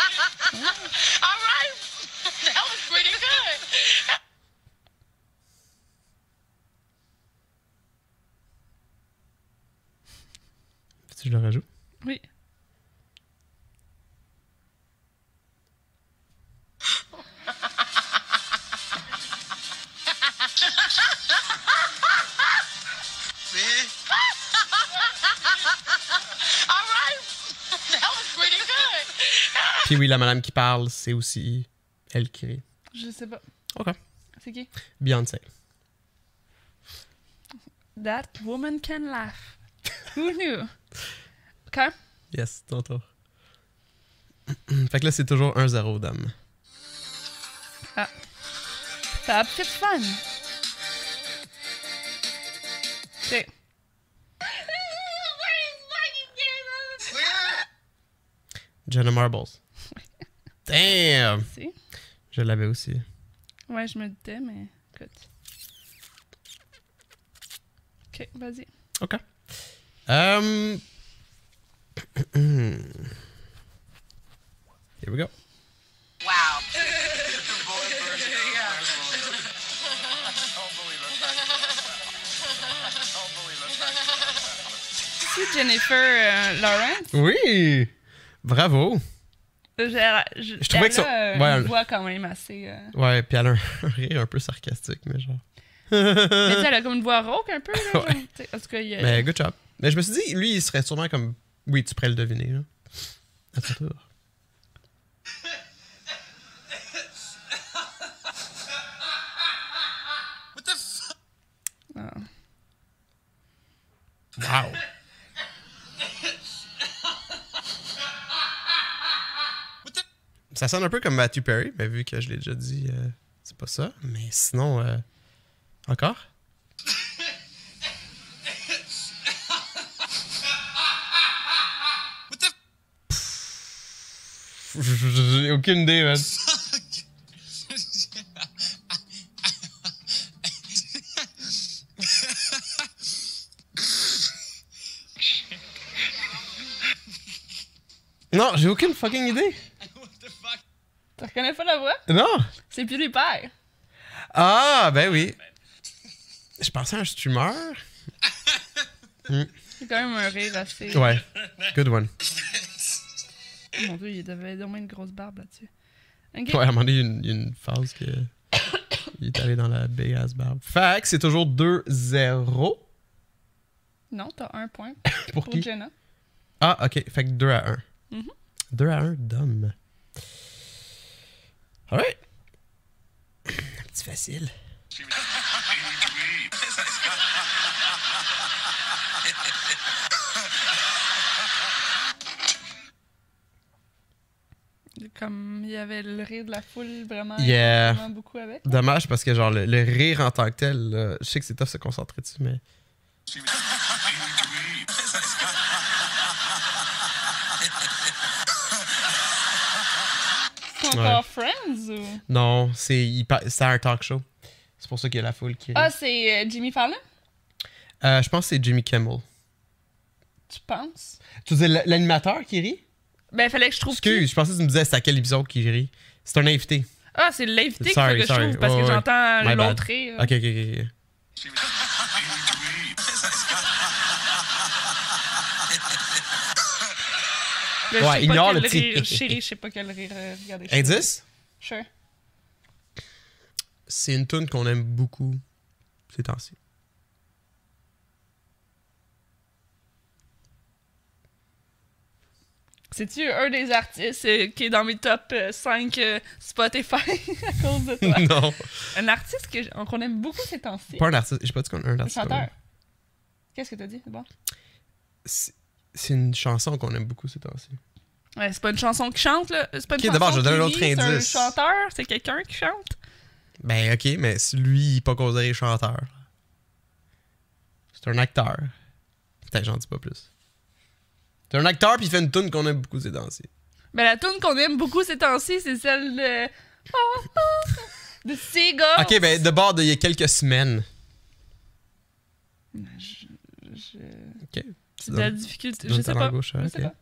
All right. That was pretty good.
Tu le rajoutes?
Oui.
All right. That was pretty good.
Puis oui, la madame qui parle, c'est aussi elle qui rit.
Je sais pas.
OK.
C'est qui?
Beyoncé.
That woman can laugh. Who knew? OK.
Yes, ton tour. fait que là, c'est toujours 1-0, dame.
Ça a peut-être fun. C'est...
Jenna Marbles. Damn!
Si.
Je l'avais aussi.
Ouais, je me doutais, mais écoute. OK, vas-y.
OK. Um... Here we go.
Wow.
C'est Jennifer euh, Lawrence.
Oui! Bravo!
Je, je,
Je trouvais
elle
que ça-
a, euh,
ouais,
une
elle-
voix quand même assez. euh,
Ouais, puis elle a un un rire un peu sarcastique, mais genre.
Mais tu sais, elle a comme une voix rauque un peu. Là, genre,
euh. Ouais.
tu sais, en tout cas, il y a-
Mais good job. Mais je me suis dit, lui, il serait sûrement comme. Oui, tu pourrais le deviner. Là. À ton tour.
Ah.
Wow! Ça sonne un peu comme Matthew Perry, mais vu que je l'ai déjà dit, euh, c'est pas ça. Mais sinon, euh, encore? Pff, J'ai aucune idée, man. Non, j'ai aucune fucking idée.
Tu reconnais pas la voix?
Non!
C'est PewDiePie.
Ah, ben oui. Je pensais à un streamer.
C'est quand même un rire assez.
Ouais. Good one.
Oh Mon dieu, il avait au moins une grosse barbe là-dessus. Ok.
Ouais, à un moment donné, il y a une, il y a une phase que. Il est allé dans la big ass barbe. Fait que c'est toujours 2-0.
Non, t'as un point
Pour
pour
qui
Jenna.
Ah, ok. Fait que 2 à 1.
Mhm.
2 à 1, d'homme. Alright. Un petit facile.
Comme il y avait le rire de la foule vraiment,
Yeah.
vraiment beaucoup avec.
Dommage parce que, genre, le, le rire en tant que tel, là, je sais que c'est tough de se concentrer dessus, mais.
C'est encore Friends ou.
Non, c'est il par- c'est un talk show. C'est pour ça qu'il y a la foule qui. rit.
Ah, c'est euh, Jimmy Fallon,
Euh, je pense que c'est Jimmy Kimmel.
tu penses?
Tu veux dire l- l'animateur qui rit?
Ben, fallait que je trouve. qui.
Excuse, je pensais que tu me disais c'est à quel épisode qu'il rit. C'est un invité.
Ah, c'est l'invité qu'il faut
Sorry,
que je
sorry.
trouve parce
Ouais,
que
ouais.
j'entends
My bad.
l'autre rire.
Ok, ok, ok. ok.
Ben, je sais
Ouais,
pas
ignore
quel
le petit.
rire. Chérie, je sais pas quel rire. euh, Regardez. je sais pas.
Indice?
Sure.
c'est une tune qu'on aime beaucoup ces temps-ci.
C'est-tu un des artistes euh, qui est dans mes top euh, 5 euh, Spotify à cause de toi?
non,
un artiste que j- qu'on aime beaucoup ces temps-ci.
pas un artiste. Je sais pas si qu'on a un
Un
artiste.
chanteur. Qu'est-ce que t'as dit? C'est bon?
C'est c'est une chanson qu'on aime beaucoup ces temps-ci.
Ouais, c'est pas une chanson qui chante, là. C'est pas une
Ok,
chanson
d'abord, je vais donner
qui
l'autre
lit,
indice.
C'est un chanteur, c'est quelqu'un qui chante.
Ben ok, mais c'est- lui, il est pas considéré chanteur. C'est un acteur. Putain, j'en dis pas plus. C'est un acteur puis il fait une tune qu'on aime beaucoup ces temps-ci.
Mais Ben, la tune qu'on aime beaucoup ces temps-ci, c'est celle de. Oh, oh, de Sega.
Ok, ben de bord d'il y a quelques semaines.
Je...
Ok.
C'est de la difficulté.
donnes
Je
ta
sais pas.
langue au chat,
Je sais
hein, ok.
pas.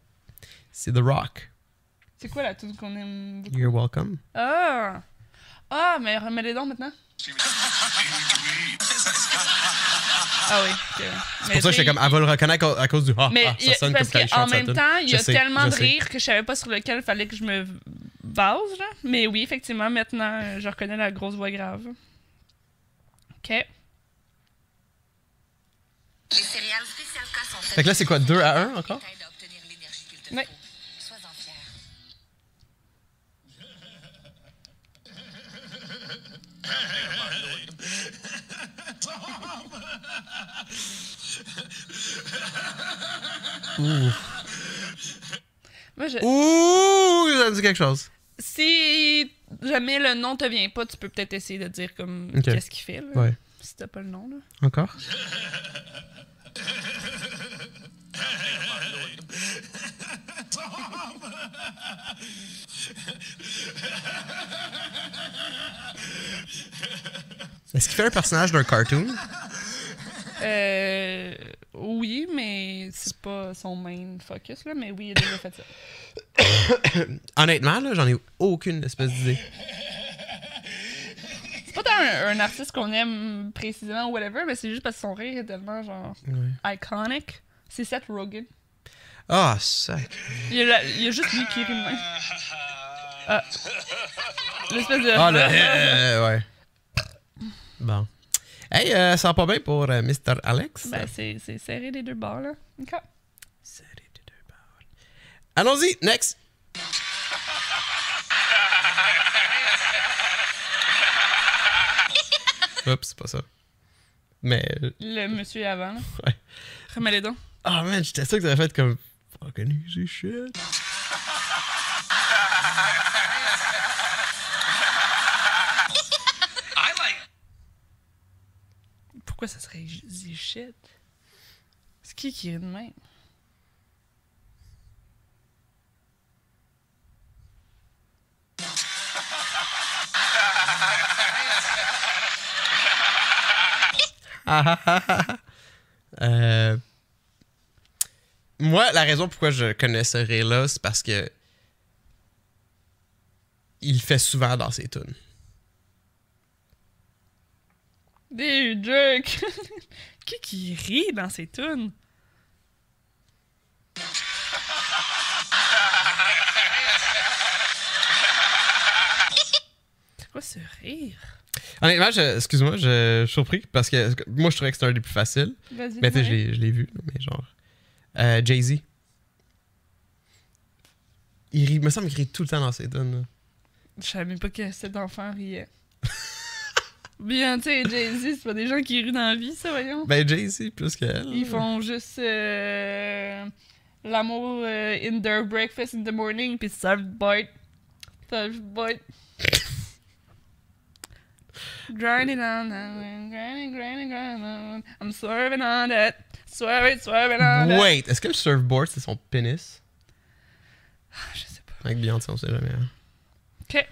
C'est The Rock.
C'est quoi la tune qu'on aime beaucoup?
You're welcome.
Ah! Ah, mais remets les dents maintenant. Ah oui. ok.
C'est pour ça que j'étais comme, elle va le reconnaître à à cause du ah,
Mais
ah,
il y
ça
a-
sonne comme
parce
quand il
qu'en
chante sa
même
tune.
temps, il y
Je
a
sais,
tellement
je
de
sais.
rires que je savais pas sur lequel fallait que je me base. Là. Mais oui, effectivement, maintenant, euh, je reconnais la grosse voix grave. Ok.
Les céréales spécial K sont faites
Fait que là, c'est quoi, 2 à 1 encore
t'aident à obtenir l'énergie qu'il te
Ouais.
faut. Sois-en fier.
Moi, je-
Ouh, ça me dit quelque chose.
Si jamais le nom te vient pas, tu peux peut-être essayer de dire comme
Ok.
qu'est-ce qu'il fait. Là,
Ouais.
Si t'as pas le nom. Là.
Encore Est-ce qu'il fait un personnage d'un cartoon?
Euh, oui, mais c'est pas son main focus, là, mais oui, il a déjà fait ça.
Honnêtement, là, j'en ai aucune espèce d'idée.
C'est pas tant un, un artiste qu'on aime précisément ou whatever, mais c'est juste parce que son rire est tellement genre iconic. C'est Seth Rogen.
Ah, sac.
Il y, a la- il y a juste lui qui rit de même. Ah. L'espèce de.
Ah, le. euh, ouais. Bon. Hey, euh, ça va pas bien pour euh, Mr. Alex?
Ben, c'est c'est serré des deux bords, là. Ok.
Serré des deux bords. Allons-y, next! Oups, c'est pas ça. Mais. euh,
Le monsieur avant, là.
Ouais.
Remets les dents.
Ah man, j'étais sûr que t'aurais fait comme. Fucking easy shit.
I like
Pourquoi ça serait easy shit? C'est qui qui rit de même?
Euh, Moi, la raison pourquoi je connais ce rire-là, c'est parce que. Il fait souvent dans ses tunes.
Des jokes! qui qui rit dans ses tunes? C'est quoi ce rire?
Honnêtement, je- excuse-moi, je je suis surpris parce que moi, je trouvais que c'était un des plus faciles.
Vas-y.
Mais tu sais, je
ouais.
l'ai- je l'ai vu, là, mais genre. Euh, Jay-Z. Il rit- me semble qu'il rit tout le temps dans ses tunes. là.
Je savais même pas que cet enfant riait. Bien, tu sais, Jay-Z, c'est pas des gens qui rient dans la vie, ça, voyons.
Ben, Jay-Z, plus qu'elle.
Ils font juste euh, l'amour euh, in their breakfast in the morning, puis serve bite. Serve bite. grinding on, on, grinding, grinding, grinding on. I'm swerving on that. Swerving, swerving on that.
Wait, est-ce que le surfboard, c'est son pénis?
Ah, Je sais pas.
Avec Beyoncé, on sait jamais. hein.
Ok.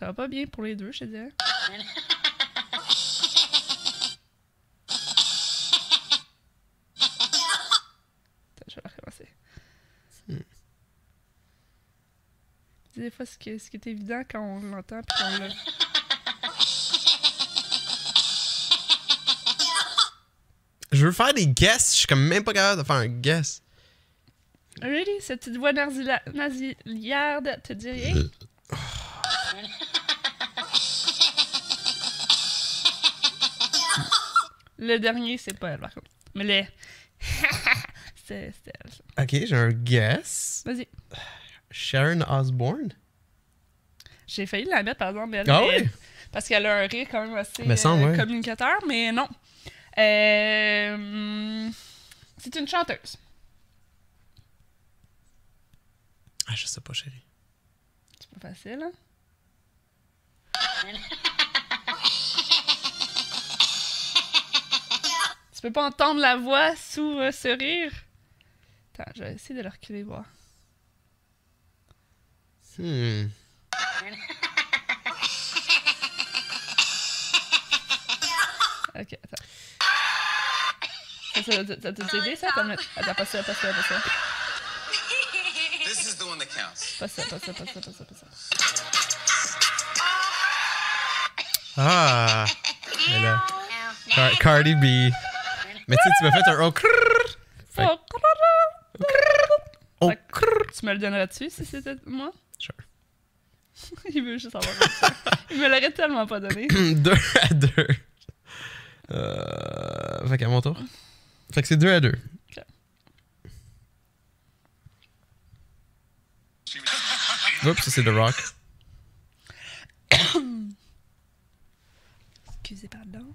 Ça va pas bien pour les deux, je te dirais. Attends, je vais recommencer. Des fois, ce, que- ce qui est évident quand on l'entend puis qu'on l'a.
Je veux faire des guesses, je suis comme même pas capable de faire un guess.
Really? Cette
Euh.
petite voix nasila- nasiliarde te dit rien? Le dernier, c'est pas elle, par contre. Mais le. c'est c'est elle. ça.
Ok, j'ai un guess.
Vas-y.
Sharon Osbourne?
J'ai failli la mettre, par exemple, mais elle.
Ah
est-
oui?
Parce qu'elle a un rire quand même assez
Me semble,
euh,
ouais.
communicateur, mais non. Euh, hum, c'est une chanteuse.
Ah, je sais pas, chérie.
C'est pas facile, hein? tu peux pas entendre la voix sous euh, ce rire? Attends, je vais essayer de le reculer, voir.
Hmm.
Ok, attends. Ça, ça, ça, ça t'a aidé, ça? Attends, une minute. attends, pas ça, pas ça, pas ça.
This is the one that counts.
Pas ça, pas ça, pas ça, pas ça, pas ça.
Ah! Mais là, Car- Cardi B. Mais tu sais, tu m'as fait un oh crrrr. Fait-
Oh, crrrrrrr.
Oh
Fait-
crrrr.
Tu me le donneras-tu si c'était moi?
Sure.
Il veut juste avoir Il me l'aurait tellement pas donné.
deux à deux. Euh, fait qu'à mon tour. Fait que c'est deux à deux.
She was
Oups, ça, c'est The Rock.
Excusez, pardon.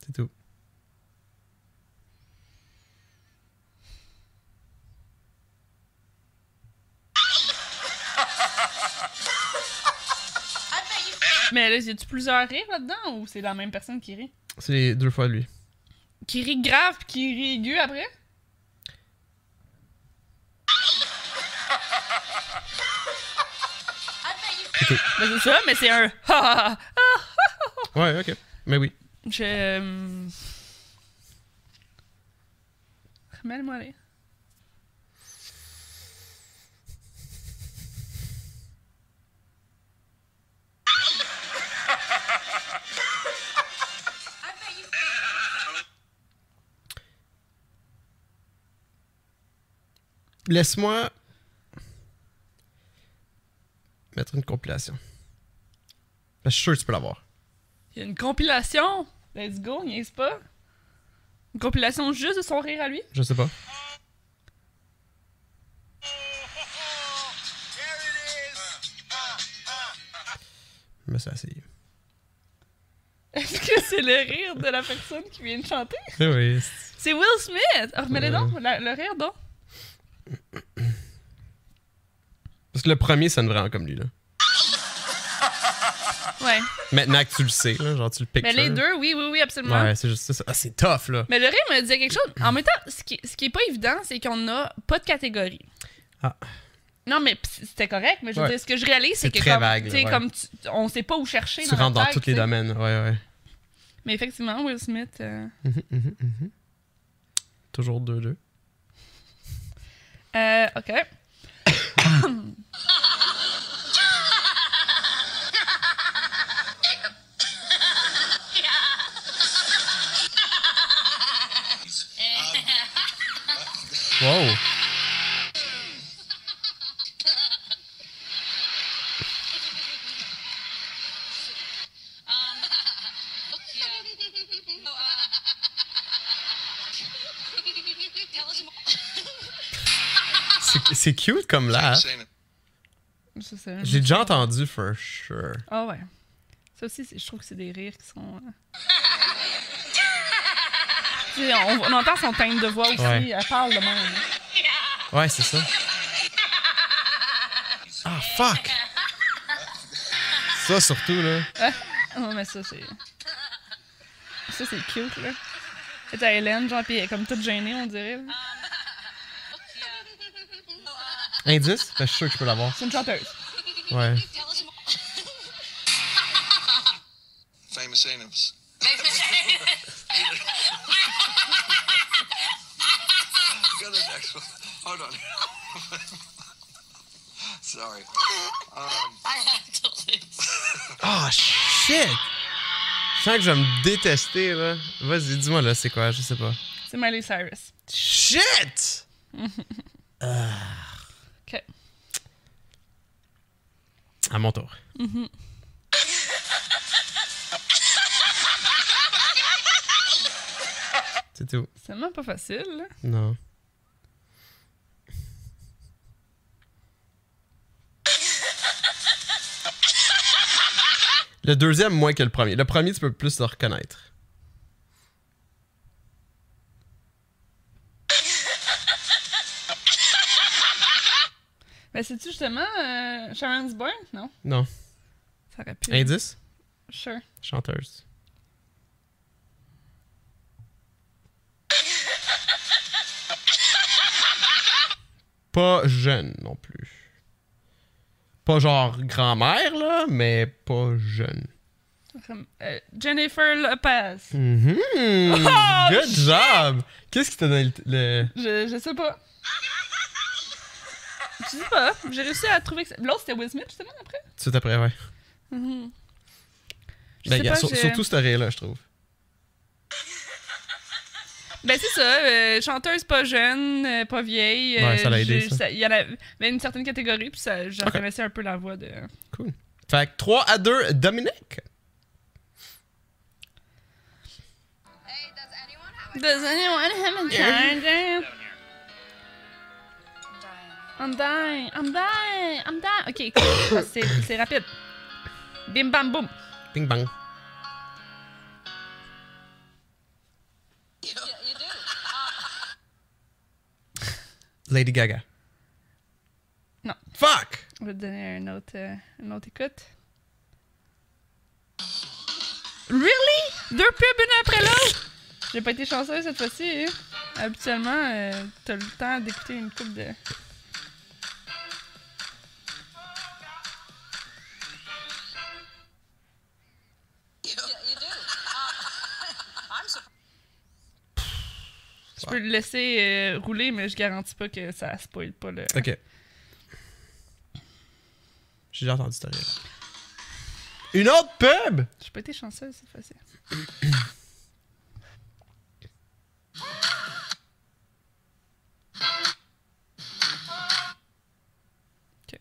C'est tout.
Mais là, y a-tu plusieurs rires là-dedans ou c'est la même personne qui rit?
C'est deux fois lui.
Qui rit grave puis qui rit aigu après? Ben, c'est ça, mais c'est un. ha, ha, ha.
Ouais, ok. Mais oui.
Je. hum, Remets-le-moi les.
Laisse-moi mettre une compilation. Parce que je suis sûr que tu peux l'avoir.
Il y a une compilation! Let's go, niaise pas! Une compilation juste de son rire à lui?
Je sais pas. Mais ça, c'est.
Est-ce que c'est le rire de la personne qui vient de chanter?
Eh oui.
C'est Will Smith! Ah, Remets-le donc, la- le rire donc!
Parce que le premier sonne vraiment comme lui, là.
Ouais.
Maintenant que tu le sais, là, genre tu le pictures.
Mais les deux, oui, oui, oui, absolument.
Ouais, c'est juste ça. Ah, c'est tough, là.
Mais le rire me disait quelque chose. En même temps, ce qui, ce qui est pas évident, c'est qu'on n'a pas de catégorie.
Ah.
Non, mais pis c'était correct, mais je veux
Ouais.
dire, ce que je réalise, c'est
C'est
que
très
comme,
vague, là,
tu sais,
ouais.
comme tu- on sait pas où chercher.
Tu
dans la
rentres dans
tête,
tous les
tu sais.
domaines. Ouais, ouais.
Mais effectivement, Will Smith. euh,
Mhm, mhm, mhm. Toujours 2-2.
euh, ok.
Wow. C'est- C'est cute comme là. hein.
saying it.
Ça, c'est-
J'ai déjà entendu for sure.
Ah ouais. Ça aussi, c'est- je trouve que c'est des rires qui sont. euh. Tu sais, on, on entend son timbre de voix aussi.
Ouais.
Elle parle de même.
Ouais, c'est ça. Ah, fuck! Ça, surtout, là.
Non, mais ça, c'est. Ça, c'est cute, là. Et t'as Hélène, genre, pis elle est comme toute gênée, on dirait. là.
Indice? Ben, je suis sûr que je peux l'avoir.
C'est une chanteuse.
Ouais.
Famous anus. Go to the next one. Hold on. Sorry.
Ah, shit! Je sens que je vais me détester, là. Vas-y, dis-moi, là, c'est quoi? Je sais pas.
C'est Miley Cyrus.
Shit!
OK.
À mon tour. C'est tout.
C'est tellement pas facile. là.
Non. Le deuxième, moins que le premier. Le premier, tu peux plus le reconnaître.
Ben, c'est-tu justement euh, Sharon's Bourne? Non.
Non.
Ça aurait pu.
Indice?
Sure.
Chanteuse. Pas jeune non plus. Pas genre grand-mère, là, mais pas jeune.
Comme, euh, Jennifer Lopez.
Mhm.
Oh,
Good job! Qu'est-ce qui t'a donné le. le-
Je, je sais pas. Je sais pas. J'ai réussi à trouver que. c'est- L'autre, c'était Will Smith, justement, après.
Tout après, ouais.
Mm-hmm. Je
Ben,
sais
gars,
pas,
sur-
j'ai-
Surtout cette rire là je trouve.
Ben, c'est ça. euh, chanteuse pas jeune, euh, pas vieille.
Ouais,
euh,
ça l'a aidé,
j'ai-
ça.
Il y en avait une certaine catégorie, puis ça, je
Ok.
reconnaissais un peu la voix de.
Cool. Fait que 3 à 2, Dominique.
Hey, does anyone have a
Does anyone have a charger? I'm dying, I'm dying, I'm dying. Ok, cool. Ah, c'est c'est rapide. Bim bam boum.
Bing bang. Lady Gaga.
Non.
Fuck!
On va te donner un autre, euh, une autre écoute. Really? Deux pubs une après l'autre? J'ai pas été chanceuse cette fois-ci. hein. Habituellement, euh, t'as le temps d'écouter une coupe de. Je peux le laisser euh, rouler, mais je garantis pas que ça spoil pas le.
Ok. J'ai déjà entendu ce rire. Une autre pub?
J'ai pas été chanceuse cette fois-ci. Ok.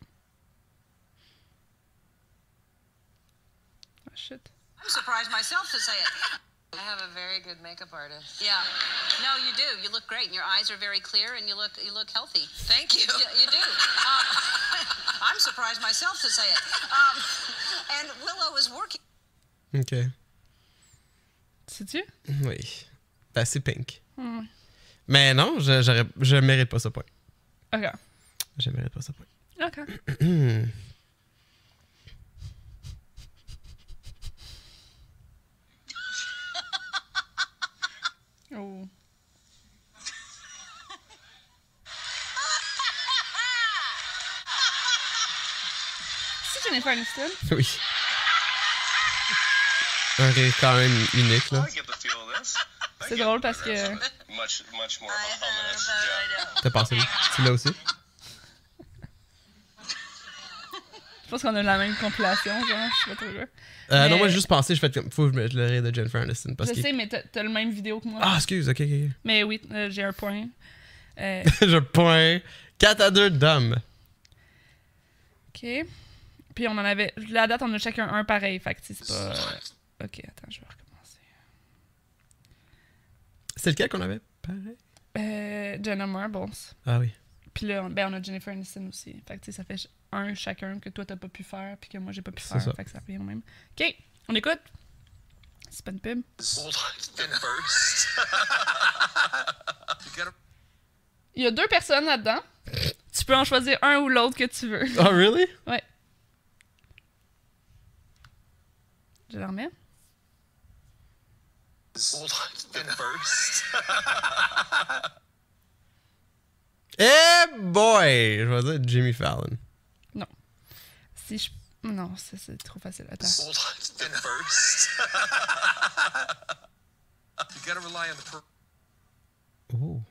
Oh shit.
I'm surprised myself to say it. I have a very good makeup artist. Yeah. No, you do. You look great, and your eyes are very clear, and you look you look healthy. Thank you. you do. Um, I'm surprised myself to say it. Um, and Willow is working.
Ok.
Sais-tu?
Oui. Ben, c'est pink. Mais non, je, j'aurais- je mérite pas ce point.
Ok.
Je mérite pas ce point.
Ok. oh. C'est Jennifer Aniston.
Oui. Un rire quand même unique, là.
get the feel of this.
C'est drôle parce que.
Much, much more of a hummus. Yeah.
T'as passé là. Tu l'as aussi?
Je pense qu'on a la même compilation, genre, je sais pas trop là.
Euh,
Mais-
Non, moi j'ai juste pensé, je fais comme. Faut que je mette le rire de Jennifer Aniston. Parce
Je
que...
sais, mais t'as t'as le même vidéo que moi.
Ah, excuse, ok, ok. ok.
Mais oui, euh, j'ai un point. Euh,
je point. 4 à 2 d'hommes.
OK. Puis on en avait. La date, on a chacun un pareil. Fait que tu sais, c'est pas. OK, attends, je vais recommencer.
C'est lequel qu'on avait Pareil.
Euh, Jenna Marbles.
Ah oui.
Puis là, on, ben, on a Jennifer Aniston aussi. Fait que tu sais, ça fait ch- un chacun que toi, t'as pas pu faire. Puis que moi, j'ai pas pu
C'est
faire.
ça.
Fait que ça revient au même. OK, on écoute. C'est pas une pub.
First.
Il y a deux personnes là-dedans. Tu peux en choisir un ou l'autre que tu veux.
Oh, really
Ouais. Je le remets.
First.
Eh boy Je vais dire Jimmy Fallon.
Si je. Non, ça, c'est trop facile. Attends.
First. you gotta rely on the per-
Oh.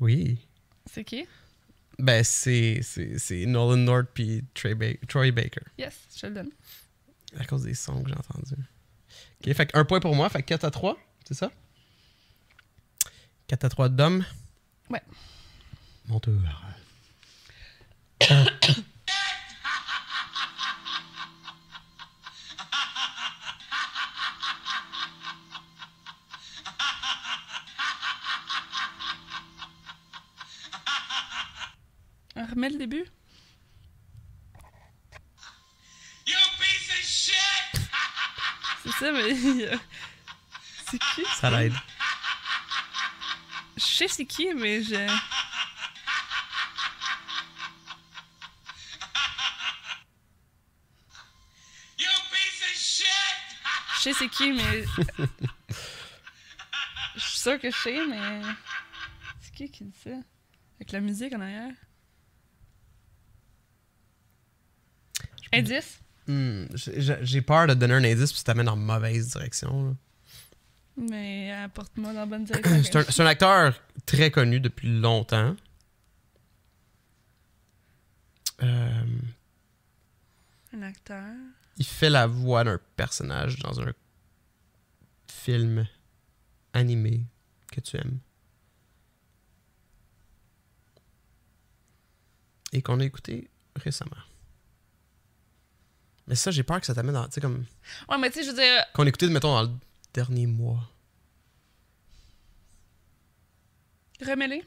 Oui.
C'est qui?
Ben, c'est, c'est, c'est Nolan North puis Trey Ba- Troy Baker.
Yes, je te le donne.
À cause des sons que j'ai entendus. Ok, fait que un point pour moi, fait que 4 à 3, c'est ça 4 à 3 d'hommes.
Ouais.
Mon tour.
Remets le début.
You piece of shit!
C'est ça, mais. c'est qui?
Ça l'aide.
Je sais c'est qui, mais je.
You piece of shit!
Je sais c'est qui, mais. Je suis sûre que je sais, mais. C'est qui qui dit ça? Avec la musique en arrière? Indice?
Hmm, j'ai j'ai peur de donner un indice puis ça t'amène en mauvaise direction. là.
Mais apporte-moi dans la bonne direction.
C'est un, c'est un acteur très connu depuis longtemps. Euh,
Un acteur.
il fait la voix d'un personnage dans un film animé que tu aimes. Et qu'on a écouté récemment. Mais ça, j'ai peur que ça t'amène dans. Tu sais, comme.
Ouais, mais tu sais, je veux dire.
Qu'on a écouté, mettons, dans le dernier mois.
Remets-les.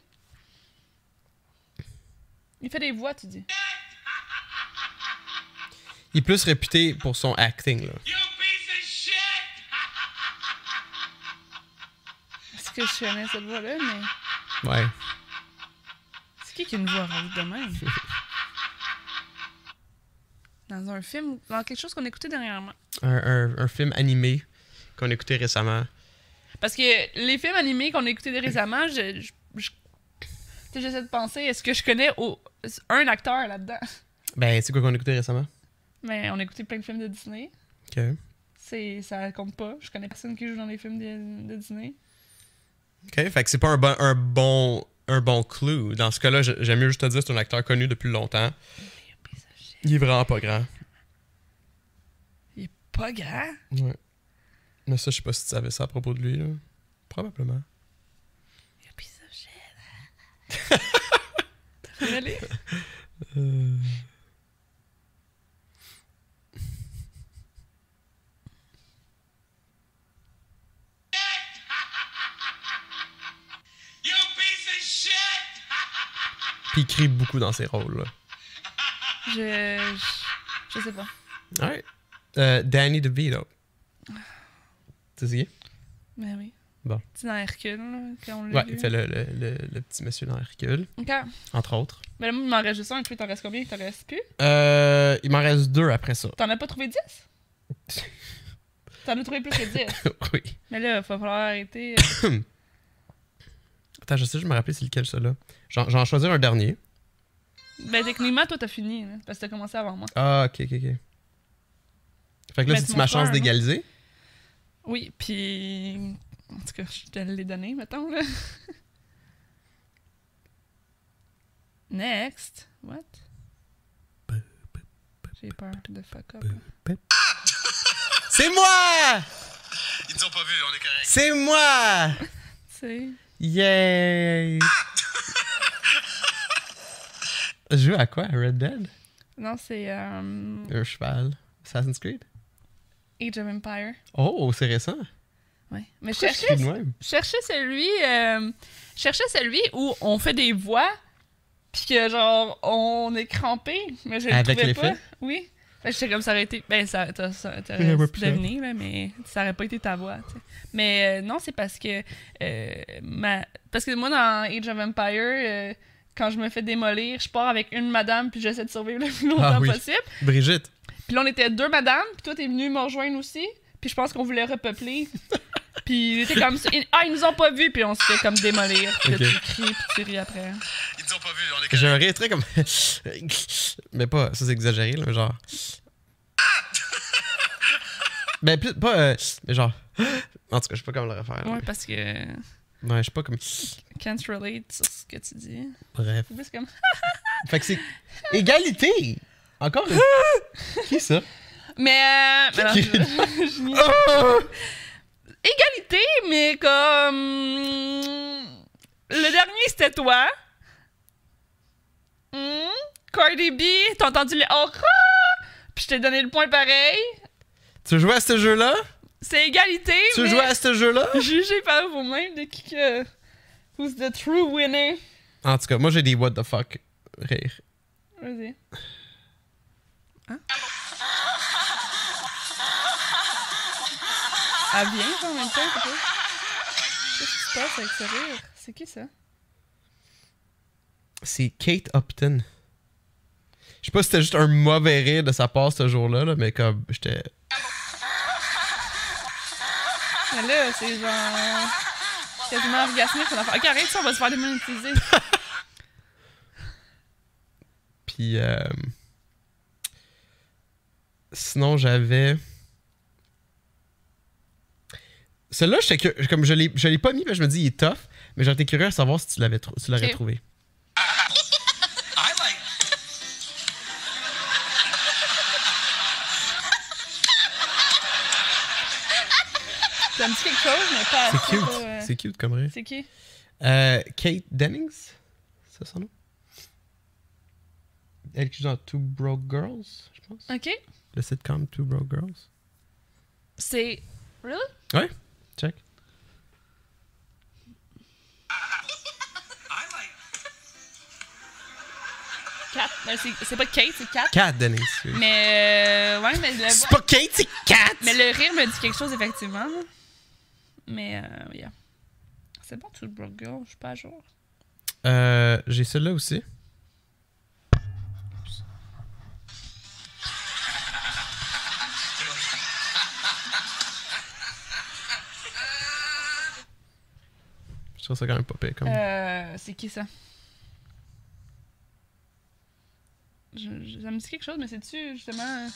Il fait des voix, tu dis.
Il est plus réputé pour son acting, là.
You piece of shit!
Est-ce que je connais cette voix-là, mais.
Ouais.
C'est qui qui a une voix rauque de même? Dans un film, dans quelque chose qu'on écoutait dernièrement.
Un, un- un film animé qu'on a écouté récemment.
Parce que les films animés qu'on a écoutés récemment, je, je- je- tu sais, j'essaie de penser, est-ce que je connais au- un acteur là-dedans?
Ben, c'est quoi qu'on a écouté récemment?
Mais on a écouté plein de films de Disney.
Ok.
C'est, ça compte pas. Je connais personne qui joue dans les films de, de Disney.
Ok, fait que c'est pas un bon, un bon, un bon clue. Dans ce cas-là, je- j'aime mieux juste te dire que c'est un acteur connu depuis longtemps. Il est vraiment pas grand.
Il est pas grand.
Ouais. Mais ça, je sais pas si tu savais ça à propos de lui, là. Probablement.
Il a piece of shit. Allez.
You piece of shit!
Puis il crie beaucoup dans ses rôles, là.
Je, je. je sais pas.
Alright. Euh, Danny DeVito. Tu sais qui?
Mais oui.
Bon.
C'est dans Hercule, là, quand on l'a
Ouais,
vu.
il fait le, le- le- le petit monsieur dans Hercule,
Ok.
entre autres.
Mais là, moi, il m'en reste juste un. Toi, t'en restes combien? T'en restes plus?
Euh, il m'en reste deux après ça.
T'en as pas trouvé 10? T'en as trouvé plus que 10.
oui.
Mais là, il va falloir arrêter.
Attends, je sais, je me rappelle c'est lequel, celui-là. J'en j'en choisir un dernier.
Ben, techniquement, toi, t'as fini. là, parce que t'as commencé avant moi.
Ah, ok, ok, ok. Fait que là,
Mais
c'est
tu
ma
m'en fais
chance
un,
d'égaliser.
Oui, puis. En tout cas, je te l'ai donné, mettons, là. Next. What? J'ai peur de fuck up.
C'est moi!
Ils nous ont pas vu, on est correct.
C'est moi!
C'est.
Yay! Je joue à quoi? Red Dead?
Non, c'est. euh,
Un cheval? Assassin's Creed?
Age of Empire.
Oh, c'est récent.
Ouais. Mais
Pourquoi je suis
cherchez,
de même?
cherchez celui, euh, cherchez celui où on fait des voix, puis que genre on est crampé, mais je le
Avec
trouvais
les
pas.
faits?
Oui. Ben, je sais comme ça aurait été. Ben, ça, t'as- ça
Il y
t'aurais
avait plus ça.
deviné, là, mais ça aurait pas été ta voix. tu sais. Mais euh, non, c'est parce que. euh, ma... Parce que moi, dans Age of Empire, euh, quand je me fais démolir, je pars avec une madame, puis j'essaie de survivre le plus longtemps
Ah oui.
possible.
Brigitte.
Puis là, on était deux madames, puis toi, t'es venu me rejoindre aussi. Puis je pense qu'on voulait repeupler. puis il était comme ça. il- ah, ils nous ont pas vus, puis on se fait comme démolir. Puis là,
Ok.
tu cries, puis tu ris après.
Ils nous ont pas vu, on est correct.
J'ai un rire très comme. mais pas. Ça, c'est exagéré, là. Genre. ben, plus. Pas. euh, mais genre. En tout cas, je sais pas comment le refaire.
Ouais, parce que.
mais- Ouais, je sais pas comme.
Can't relate sur ce que tu dis.
Bref.
C'est plus comme. ah!
Fait que c'est. Égalité! Encore une. Qui ça?
Mais. euh, mais non,
Qui-
je- je nie.
Ah!
Égalité, mais comme. dernier, c'était toi. Hmm? Cardi B, t'as entendu le oh, ah! Puis je t'ai donné le point pareil.
Tu jouais à ce jeu-là?
C'est égalité.
Tu
mais
jouais à ce jeu-là?
Jugez par vous-même de qui que. Who's the true winner?
En tout cas, moi, j'ai des what the fuck rire.
Vas-y. Hein? Ah bien, en même temps, c'est quoi? Qu'est-ce qui se passe avec ce rire? C'est qui ça?
C'est Kate Upton. Je sais pas si c'était juste un mauvais rire de sa part ce jour-là, là, mais comme j'étais.
Mais là, c'est genre. Quasiment orgasmique, son affaire. Ok, arrête ça, on va se faire démonétiser.
Puis. euh, Sinon, j'avais. Celui-là, j'étais curieux- Comme je l'ai je l'ai pas mis, mais je me dis, il est tough. Mais j'étais curieux à savoir si tu l'avais trou- si tu l'aurais
Ok.
trouvé.
I like.
Ça me dit quelque chose, mais pas
C'est
assez,
cute.
pas, euh,
C'est cute comme rire.
C'est qui
Euh, Kate Dennings, c'est son nom? Elle qui joue dans Two Broke Girls, je pense.
Ok.
Le sitcom Two Broke Girls.
C'est. Really?
Ouais, check.
Kat. Ben, c'est c'est pas Kate, c'est Kat.
Kat Dennings. oui.
Mais. euh, ouais, mais le,
C'est pas Kate, c'est Kat!
mais le rire me dit quelque chose, effectivement. là. Mais, euh, yeah. C'est bon, tout le broke girl, je suis pas à jour.
Euh, j'ai celui-là aussi. Je trouve ça quand même pas pire. Comme...
Euh, c'est qui ça? Je, je- ça me dit quelque chose, mais c'est-tu justement. euh?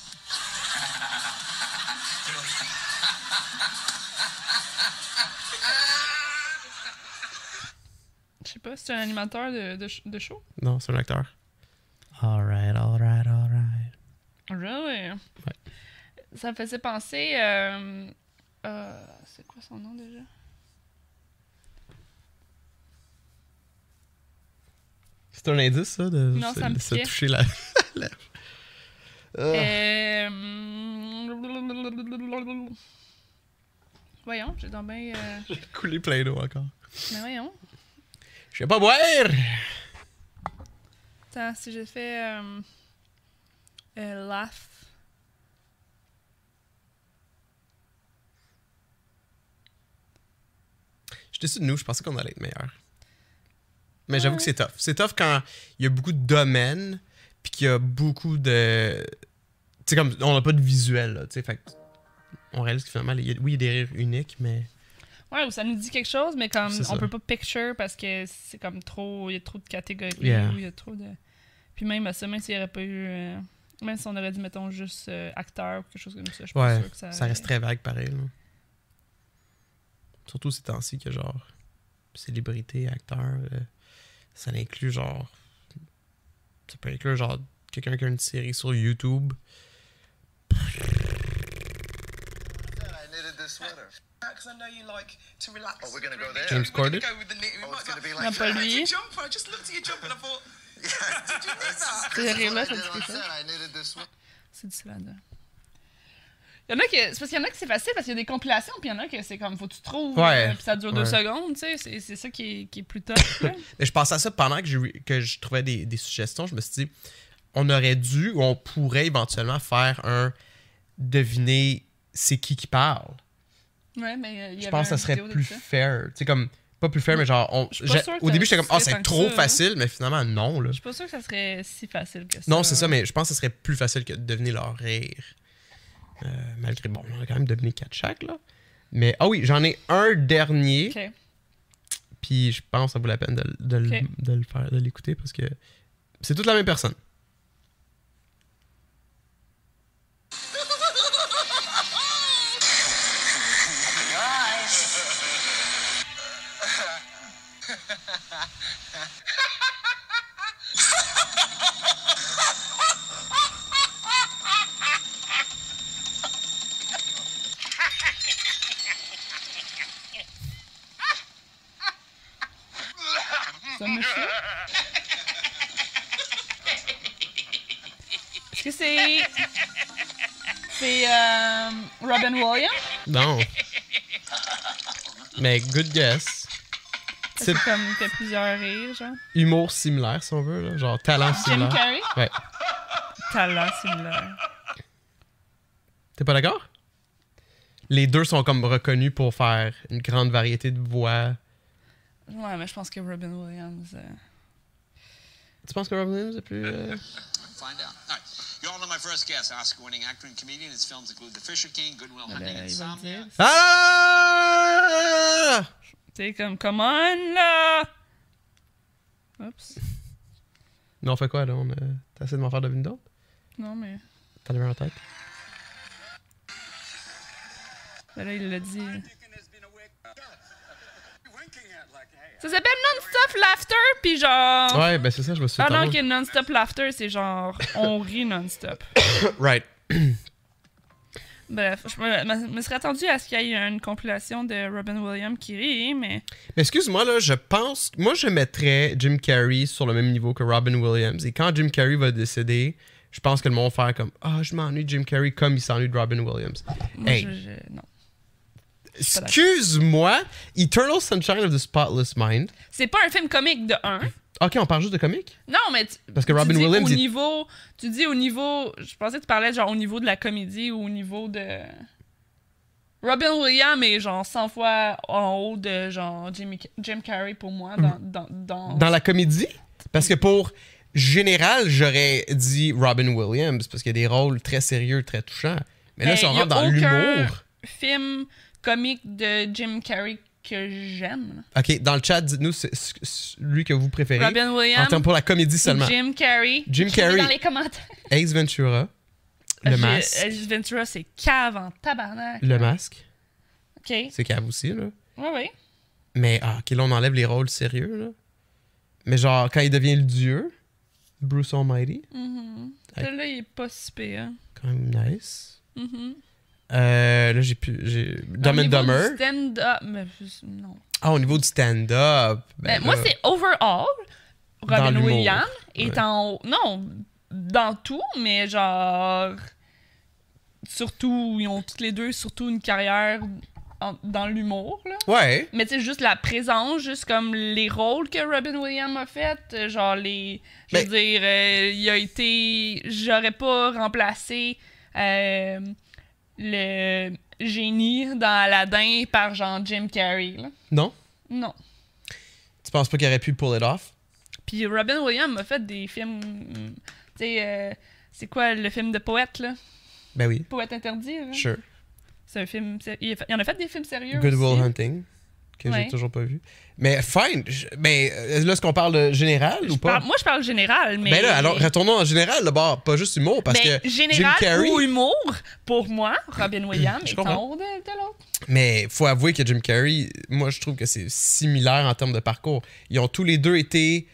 Je sais pas, c'est un animateur de, de, ch- de show?
Non, c'est un acteur. Alright, alright, alright.
Really? Ça me faisait penser. euh, euh, c'est quoi son nom déjà?
C'est un indice, ça, de
Non,
se-
ça me
de se
piquait.
toucher la lèvre. Ah.
Euh, hum, Voyons, j'ai dans bien. euh,
J'ai coulé plein d'eau encore.
Mais voyons.
Je vais pas boire!
Attends, si j'ai fait. Euh... euh, laugh.
J'étais déçu de nous, je pensais qu'on allait être meilleur. Mais j'avoue que c'est tough. C'est tough quand il y a beaucoup de domaines, puis qu'il y a beaucoup de. Tu sais, comme on n'a pas de visuel, là, tu sais, fait que on réalise que finalement, il y a- oui, il y a des rires uniques, mais.
Ouais, ou ça nous dit quelque chose, mais comme
C'est
on
ça.
peut pas picture parce que c'est comme trop. Il y a trop de catégories. ou
Yeah.
Il y a trop de. Puis même à ça, même s'il n'y aurait pas eu. euh, Même si on aurait dit, mettons, juste euh, acteur ou quelque chose comme ça, je suis pas
Ouais,
sûre que ça.
ça
aurait-
reste très vague pareil. là. Surtout ces temps-ci que genre célébrité, acteur, euh, ça inclut genre ça peut inclure genre quelqu'un qui a une série sur YouTube.
I knitted this sweater.
Because I know you like to relax.
Oh, we're gonna go there.
James Corden?
Go with the knitting.
Oh, it's gonna be
Non,
like.
pas
Your
lui.
jumper. I just looked at your jumper and I thought,
Ce rire-là,
I
ça me
did
dit
on
quelque chose.
set, I knitted this sweater.
C'est difficile à dire. Il y en a que, c'est parce qu'il y en a que c'est facile parce qu'il y a des compilations, puis il y en a que c'est comme faut que tu trouves,
Ouais.
euh, puis ça dure deux
Ouais.
secondes, tu sais. C'est, c'est ça qui est, qui est plus tough. là.
Mais je pensais à ça pendant que je, que je trouvais des, des suggestions. Je me suis dit, on aurait dû ou on pourrait éventuellement faire un deviner c'est qui qui parle.
ouais, mais euh, il y
Je
avait
pense que ça
une
serait
vidéo de
plus
ça.
fair. Tu sais, comme, pas plus fair, mais genre, on-
suis pas
j'ai-
sûre que
au
ça
début, j'étais comme, ah, c'est
serait tant que
trop
ça, hein.
facile, mais finalement, non, là.
Je suis pas sûre que ça serait si facile que ça.
Non, c'est ça, mais je pense que ce serait plus facile que de deviner leur rire. Euh, malgré, bon, on a quand même deviné quatre chaque, là. Mais, ah oui, j'en ai un dernier,
Ok.
puis je pense que ça vaut la peine de, de le-
Ok.
de le faire, de l'écouter, parce que c'est toute la même personne.
Ça me fait. Est-ce que c'est. C'est euh, Robin Williams?
Non. Mais good guess.
C'est
C'est
comme t'as plusieurs rires, genre.
humour similaire, si on veut. Là. Genre talent
Jim
similaire.
Carrey?
Ouais.
Talent similaire.
T'es pas d'accord? Les deux sont comme reconnus pour faire une grande variété de voix.
Ouais, mais je pense que Robin Williams. euh,
Tu penses que Robin Williams est plus. euh,
Find out. All right. You all know my first guest, Oscar winning actor and comedian. His films include The Fisher King, Goodwill
ben,
Hunting,
il va le
Insomnia.
dire.
Ah!
T'es comme, come on là! Oups.
Mais on fait quoi là? On, euh, T'essaies de m'en faire deviner d'autres?
Non, mais.
T'en avais en tête?
Ben là, il l'a dit. Ça s'appelle Non-Stop Laughter, puis genre.
Ouais, ben c'est ça, je me suis
Ah
tardé.
non, que non-stop laughter, c'est genre on rit non-stop.
Right.
Bref, je me, me- me serais attendu à ce qu'il y ait une compilation de Robin Williams qui rit, mais
Mais excuse-moi, là, je pense. Moi, je mettrais Jim Carrey sur le même niveau que Robin Williams. Et quand Jim Carrey va décéder, je pense que le monde va faire comme Ah, je m'ennuie de Jim Carrey comme il s'ennuie de Robin Williams.
moi,
Hey.
je, je- non. pas d'accord.
Excuse-moi, Eternal Sunshine of the Spotless Mind.
C'est pas un film comique de 1.
Ok, on parle juste de comique?
Non, mais tu,
Parce que
tu
Robin
dis
Williams,
au
il-
niveau, tu dis au niveau, je pensais que tu parlais genre au niveau de la comédie ou au niveau de Robin Williams est genre 100 fois en haut de genre Jimmy, Jim Carrey pour moi dans dans dans,
Hmm. Dans la comédie? Parce que pour général, j'aurais dit Robin Williams, parce qu'il y a des rôles très sérieux, très touchants. Mais là,
Ben,
si on
y a
rentre dans
aucun
l'humour.
film comique de Jim Carrey que j'aime.
Ok, dans le chat, dites-nous c'est- c'est- c'est lui que vous préférez.
Robin
En
Williams.
termes pour la comédie seulement.
Jim Carrey.
Jim
Écrivez
Carrey.
Dans les commentaires.
Ace Ventura. Le
J'ai- euh,
masque.
Ace Ventura, c'est cave en tabarnak.
Le masque.
OK. Oui,
C'est cave aussi, là.
oui.
Mais, ah, ok, là, on enlève les rôles sérieux, là. Mais genre, quand il devient le dieu, Bruce Almighty,
Mm.
Hey.
Celui-là, il est pas si pire. hein.
quand même nice.
Mhm.
Euh, là, j'ai pu. j'ai- Dumb
Au
and
niveau
Dumber.
du Stand-up. mais je- Non.
Ah, au niveau du stand-up.
Ben,
ben
moi,
là,
c'est overall.
Dans
Robin
l'humour.
Williams est
Ouais.
en haut. Non, dans tout, mais genre. Surtout, ils ont toutes les deux surtout une carrière en- dans l'humour, là.
Ouais.
Mais tu sais, juste la présence, juste comme les rôles que Robin Williams a fait, euh, genre les. Je veux
Ben-
dire, euh, il a été. J'aurais pas remplacé euh, le génie dans Aladdin par genre Jim Carrey, là.
Non?
Non.
Tu penses pas qu'il aurait pu pull it off?
Puis Robin Williams a fait des films. Tu sais, euh, c'est quoi le film de poète, là
Ben oui.
Poète interdit, là.
Sure.
C'est un film. sé- Il a fait- Ah, il en a fait des films sérieux.
Good
aussi.
Will Hunting, que
Ouais.
j'ai toujours pas vu. Mais fine. je- mais euh, là, est-ce qu'on parle de général
Je
ou pas?
parle- moi, je parle général, mais.
Mais Ben là, alors, retournons en général d'abord, pas juste humour, parce
Ben,
que
général
Jim Carrey...
ou humour, pour moi, Robin Williams
Je
est
comprends.
en haut de, de l'autre.
Mais faut avouer que Jim Carrey, moi, je trouve que c'est similaire en termes de parcours. Ils ont tous les deux été,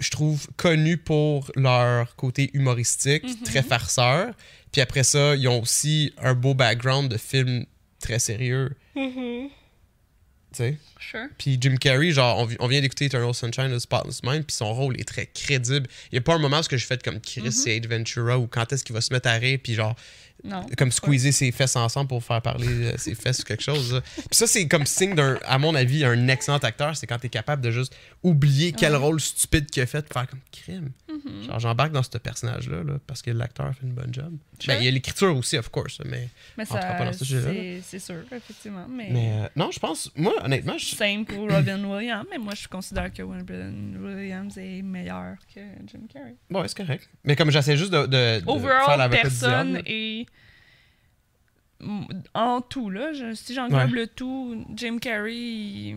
je trouve, connus pour leur côté humoristique,
Mhm.
très farceur. Puis après ça, ils ont aussi un beau background de films très sérieux.
Mhm.
Tu sais?
Sure.
Puis Jim Carrey, genre, on, vi- on vient d'écouter Eternal Sunshine of the Spotless Mind, puis son rôle est très crédible. Il n'y a pas un moment où ce que j'ai fait comme
Mhm.
Chris et Adventura ou quand est-ce qu'il va se mettre à rire, puis genre,
Non.
comme squeezer ses fesses ensemble pour faire parler euh, ses fesses ou quelque chose. là. Puis ça, c'est comme signe d'un, à mon avis, un excellent acteur, c'est quand t'es capable de juste oublier quel rôle stupide qu'il a fait, pour faire comme crime.
Mhm.
Genre, j'embarque dans ce personnage-là, là, parce que l'acteur fait une bonne job.
Sure.
Ben, il y a l'écriture aussi, of course, mais.
Mais
On rentrera pas
ça,
dans ce sujet-là,
c'est c'est sûr, effectivement. Mais,
Mais euh, non, je pense, moi, honnêtement, je.
same pour Robin Williams, mais moi, je considère que Robin Williams est meilleur que Jim Carrey.
Ouais, c'est correct. Mais comme j'essaie juste de, de, de faire
Overall,
l'avocat du
personne
diable,
est... En tout, là, je- si j'englobe le tout, Jim Carrey, il-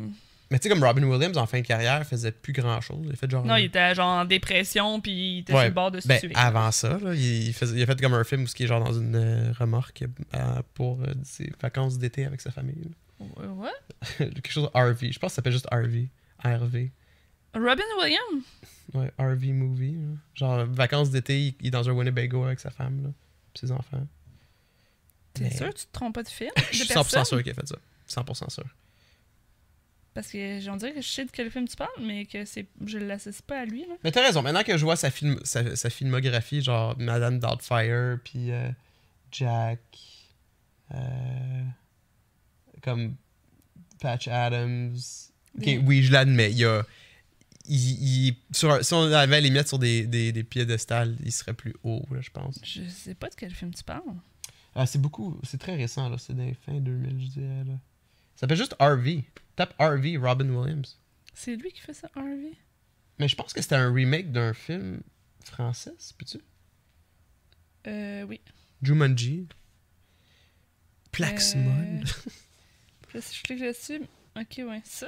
Mais tu sais, comme Robin Williams, en fin de carrière, faisait plus grand-chose. Il fait genre...
non, il était genre en dépression, puis il était
Ouais,
sur le bord de se
ben,
tuer.
avant ça, là, il, faisait- il a fait comme un film où il est genre dans une euh, remorque euh, pour euh, ses vacances d'été avec sa famille.
What?
là. Quelque chose de RV. Je pense que ça s'appelle juste RV. RV.
Robin Williams?
Ouais, RV movie. là. Genre, vacances d'été, il, il est dans un Winnebago avec sa femme là, pis ses enfants.
T'es
Mais-
sûr que tu te trompes pas de film?
Je suis
De
100%
personne?
sûr qu'il a fait ça. 100% sûr.
Parce que on dirait que je sais de quel film tu parles, mais que c'est je l'associe pas à lui. Là.
Mais t'as raison, maintenant que je vois sa, film, sa, sa filmographie, genre Madame Doubtfire, puis euh, Jack, euh, comme Patch Adams. Ok,
Oui.
oui, je l'admets, il y a. il- il- sur un- si on avait à les mettre sur des, des, des piédestals, il serait plus haut, là, je pense.
Je sais pas de quel film tu parles.
Ah, c'est beaucoup, c'est très récent, là, c'est des fins 2000, je dirais. Là. Ça s'appelle juste RV. Tape RV, Robin Williams.
C'est lui qui fait ça, Harvey?
Mais je pense que c'était un remake d'un film français, peux-tu?
Euh, oui.
Jumanji.
Plaxmon.
Plaxmon.
Là, si je clique là-dessus. Ok, ouais. Ça?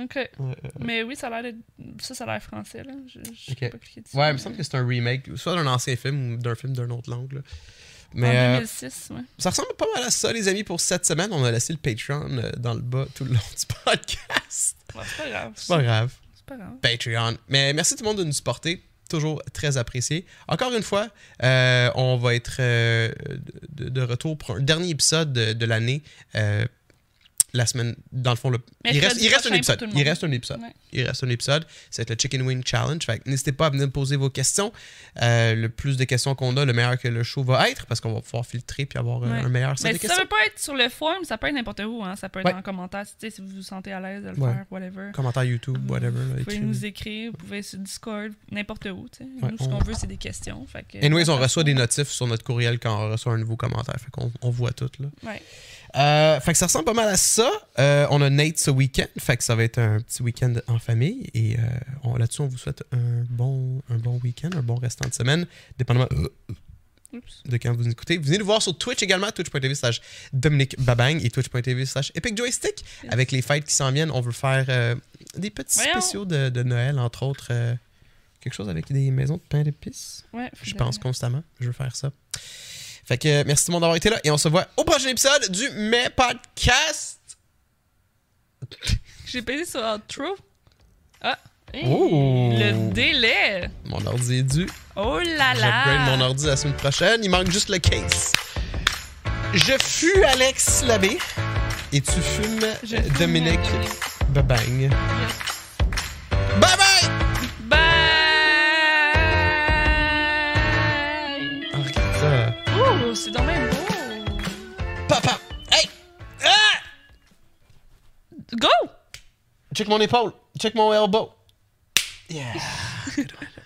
Ok.
euh,
Mais oui, ça a l'air d'être- Ça, ça a l'air français, là. Je, je
Ok.
sais pas cliqué dessus.
Ouais, il me semble que c'est un remake, soit d'un ancien film ou d'un film d'un autre langue. là.
En
Mais euh,
2006, ouais.
ça ressemble pas mal à ça, les amis, pour cette semaine. On a laissé le Patreon euh, dans le bas tout le long du podcast.
Ouais, c'est pas grave.
C'est pas grave.
C'est pas grave.
Patreon. Mais merci tout le monde de nous supporter. Toujours très apprécié. Encore une fois, euh, on va être euh, de, de retour pour un dernier épisode de, de l'année. euh, la semaine, dans le fond, le- il,
Mercredi
reste, il reste un
prochain pour tout
épisode.
le
Il
monde.
reste un épisode.
Ouais.
Il reste un épisode. C'est le Chicken Wing Challenge. Fait que n'hésitez pas à venir poser vos questions. Euh, le plus de questions qu'on a, le meilleur que le show va être parce qu'on va pouvoir filtrer puis avoir euh,
Ouais.
un meilleur set
Mais
de
si
questions.
ça veut pas être sur le forum, ça peut être n'importe où, hein. Ça peut être
Ouais.
en commentaire, tu sais, si vous vous sentez à l'aise de le
Ouais.
faire, whatever.
Commentaire YouTube, whatever. là,
Vous pouvez
écrivez.
nous écrire, vous pouvez sur Discord, n'importe où, tu sais.
Ouais,
nous, ce qu'on
on-
veut, c'est des questions. Fait que,
Anyways, on reçoit des notifs sur notre courriel quand on reçoit un nouveau commentaire. Fait qu'on on voit tout. Là.
Ouais.
Euh, fait que ça ressemble pas mal à ça. Euh, on a Nate ce week-end. Fait que ça va être un petit week-end en famille. Et euh, on- là-dessus, on vous souhaite un bon, un bon week-end, un bon restant de semaine. Dépendamment euh,
Oups.
de quand vous nous écoutez. Venez nous voir sur Twitch également, twitch.tv slash Dominique Babang et twitch.tv slash Epic Joystick. Avec les fêtes qui s'en viennent, on veut faire euh, des petits
Voyons.
spéciaux de, de Noël, entre autres. euh, quelque chose avec des maisons de pain d'épices.
Ouais,
Je
faudrait-
pense constamment. Je veux faire ça. Fait que euh, merci tout le monde d'avoir été là et on se voit au prochain épisode du Mes Podcast.
J'ai payé sur Outro. Ah. Hey,
Oh.
Le délai.
Mon ordi est dû.
Oh là
J'upgrade
là.
mon ordi la semaine prochaine. Il manque juste le case. Je fus Alex Labbé et tu fumes
Je
euh,
fume
Dominique
Dominique.
Babang. Bye bye!
Bye.
Ah, regarde ça.
Oh, c'est dans même beau.
Papa! Hey! Ah!
Go.
Check mon épaule. Check mon elbow. Yeah. Good one.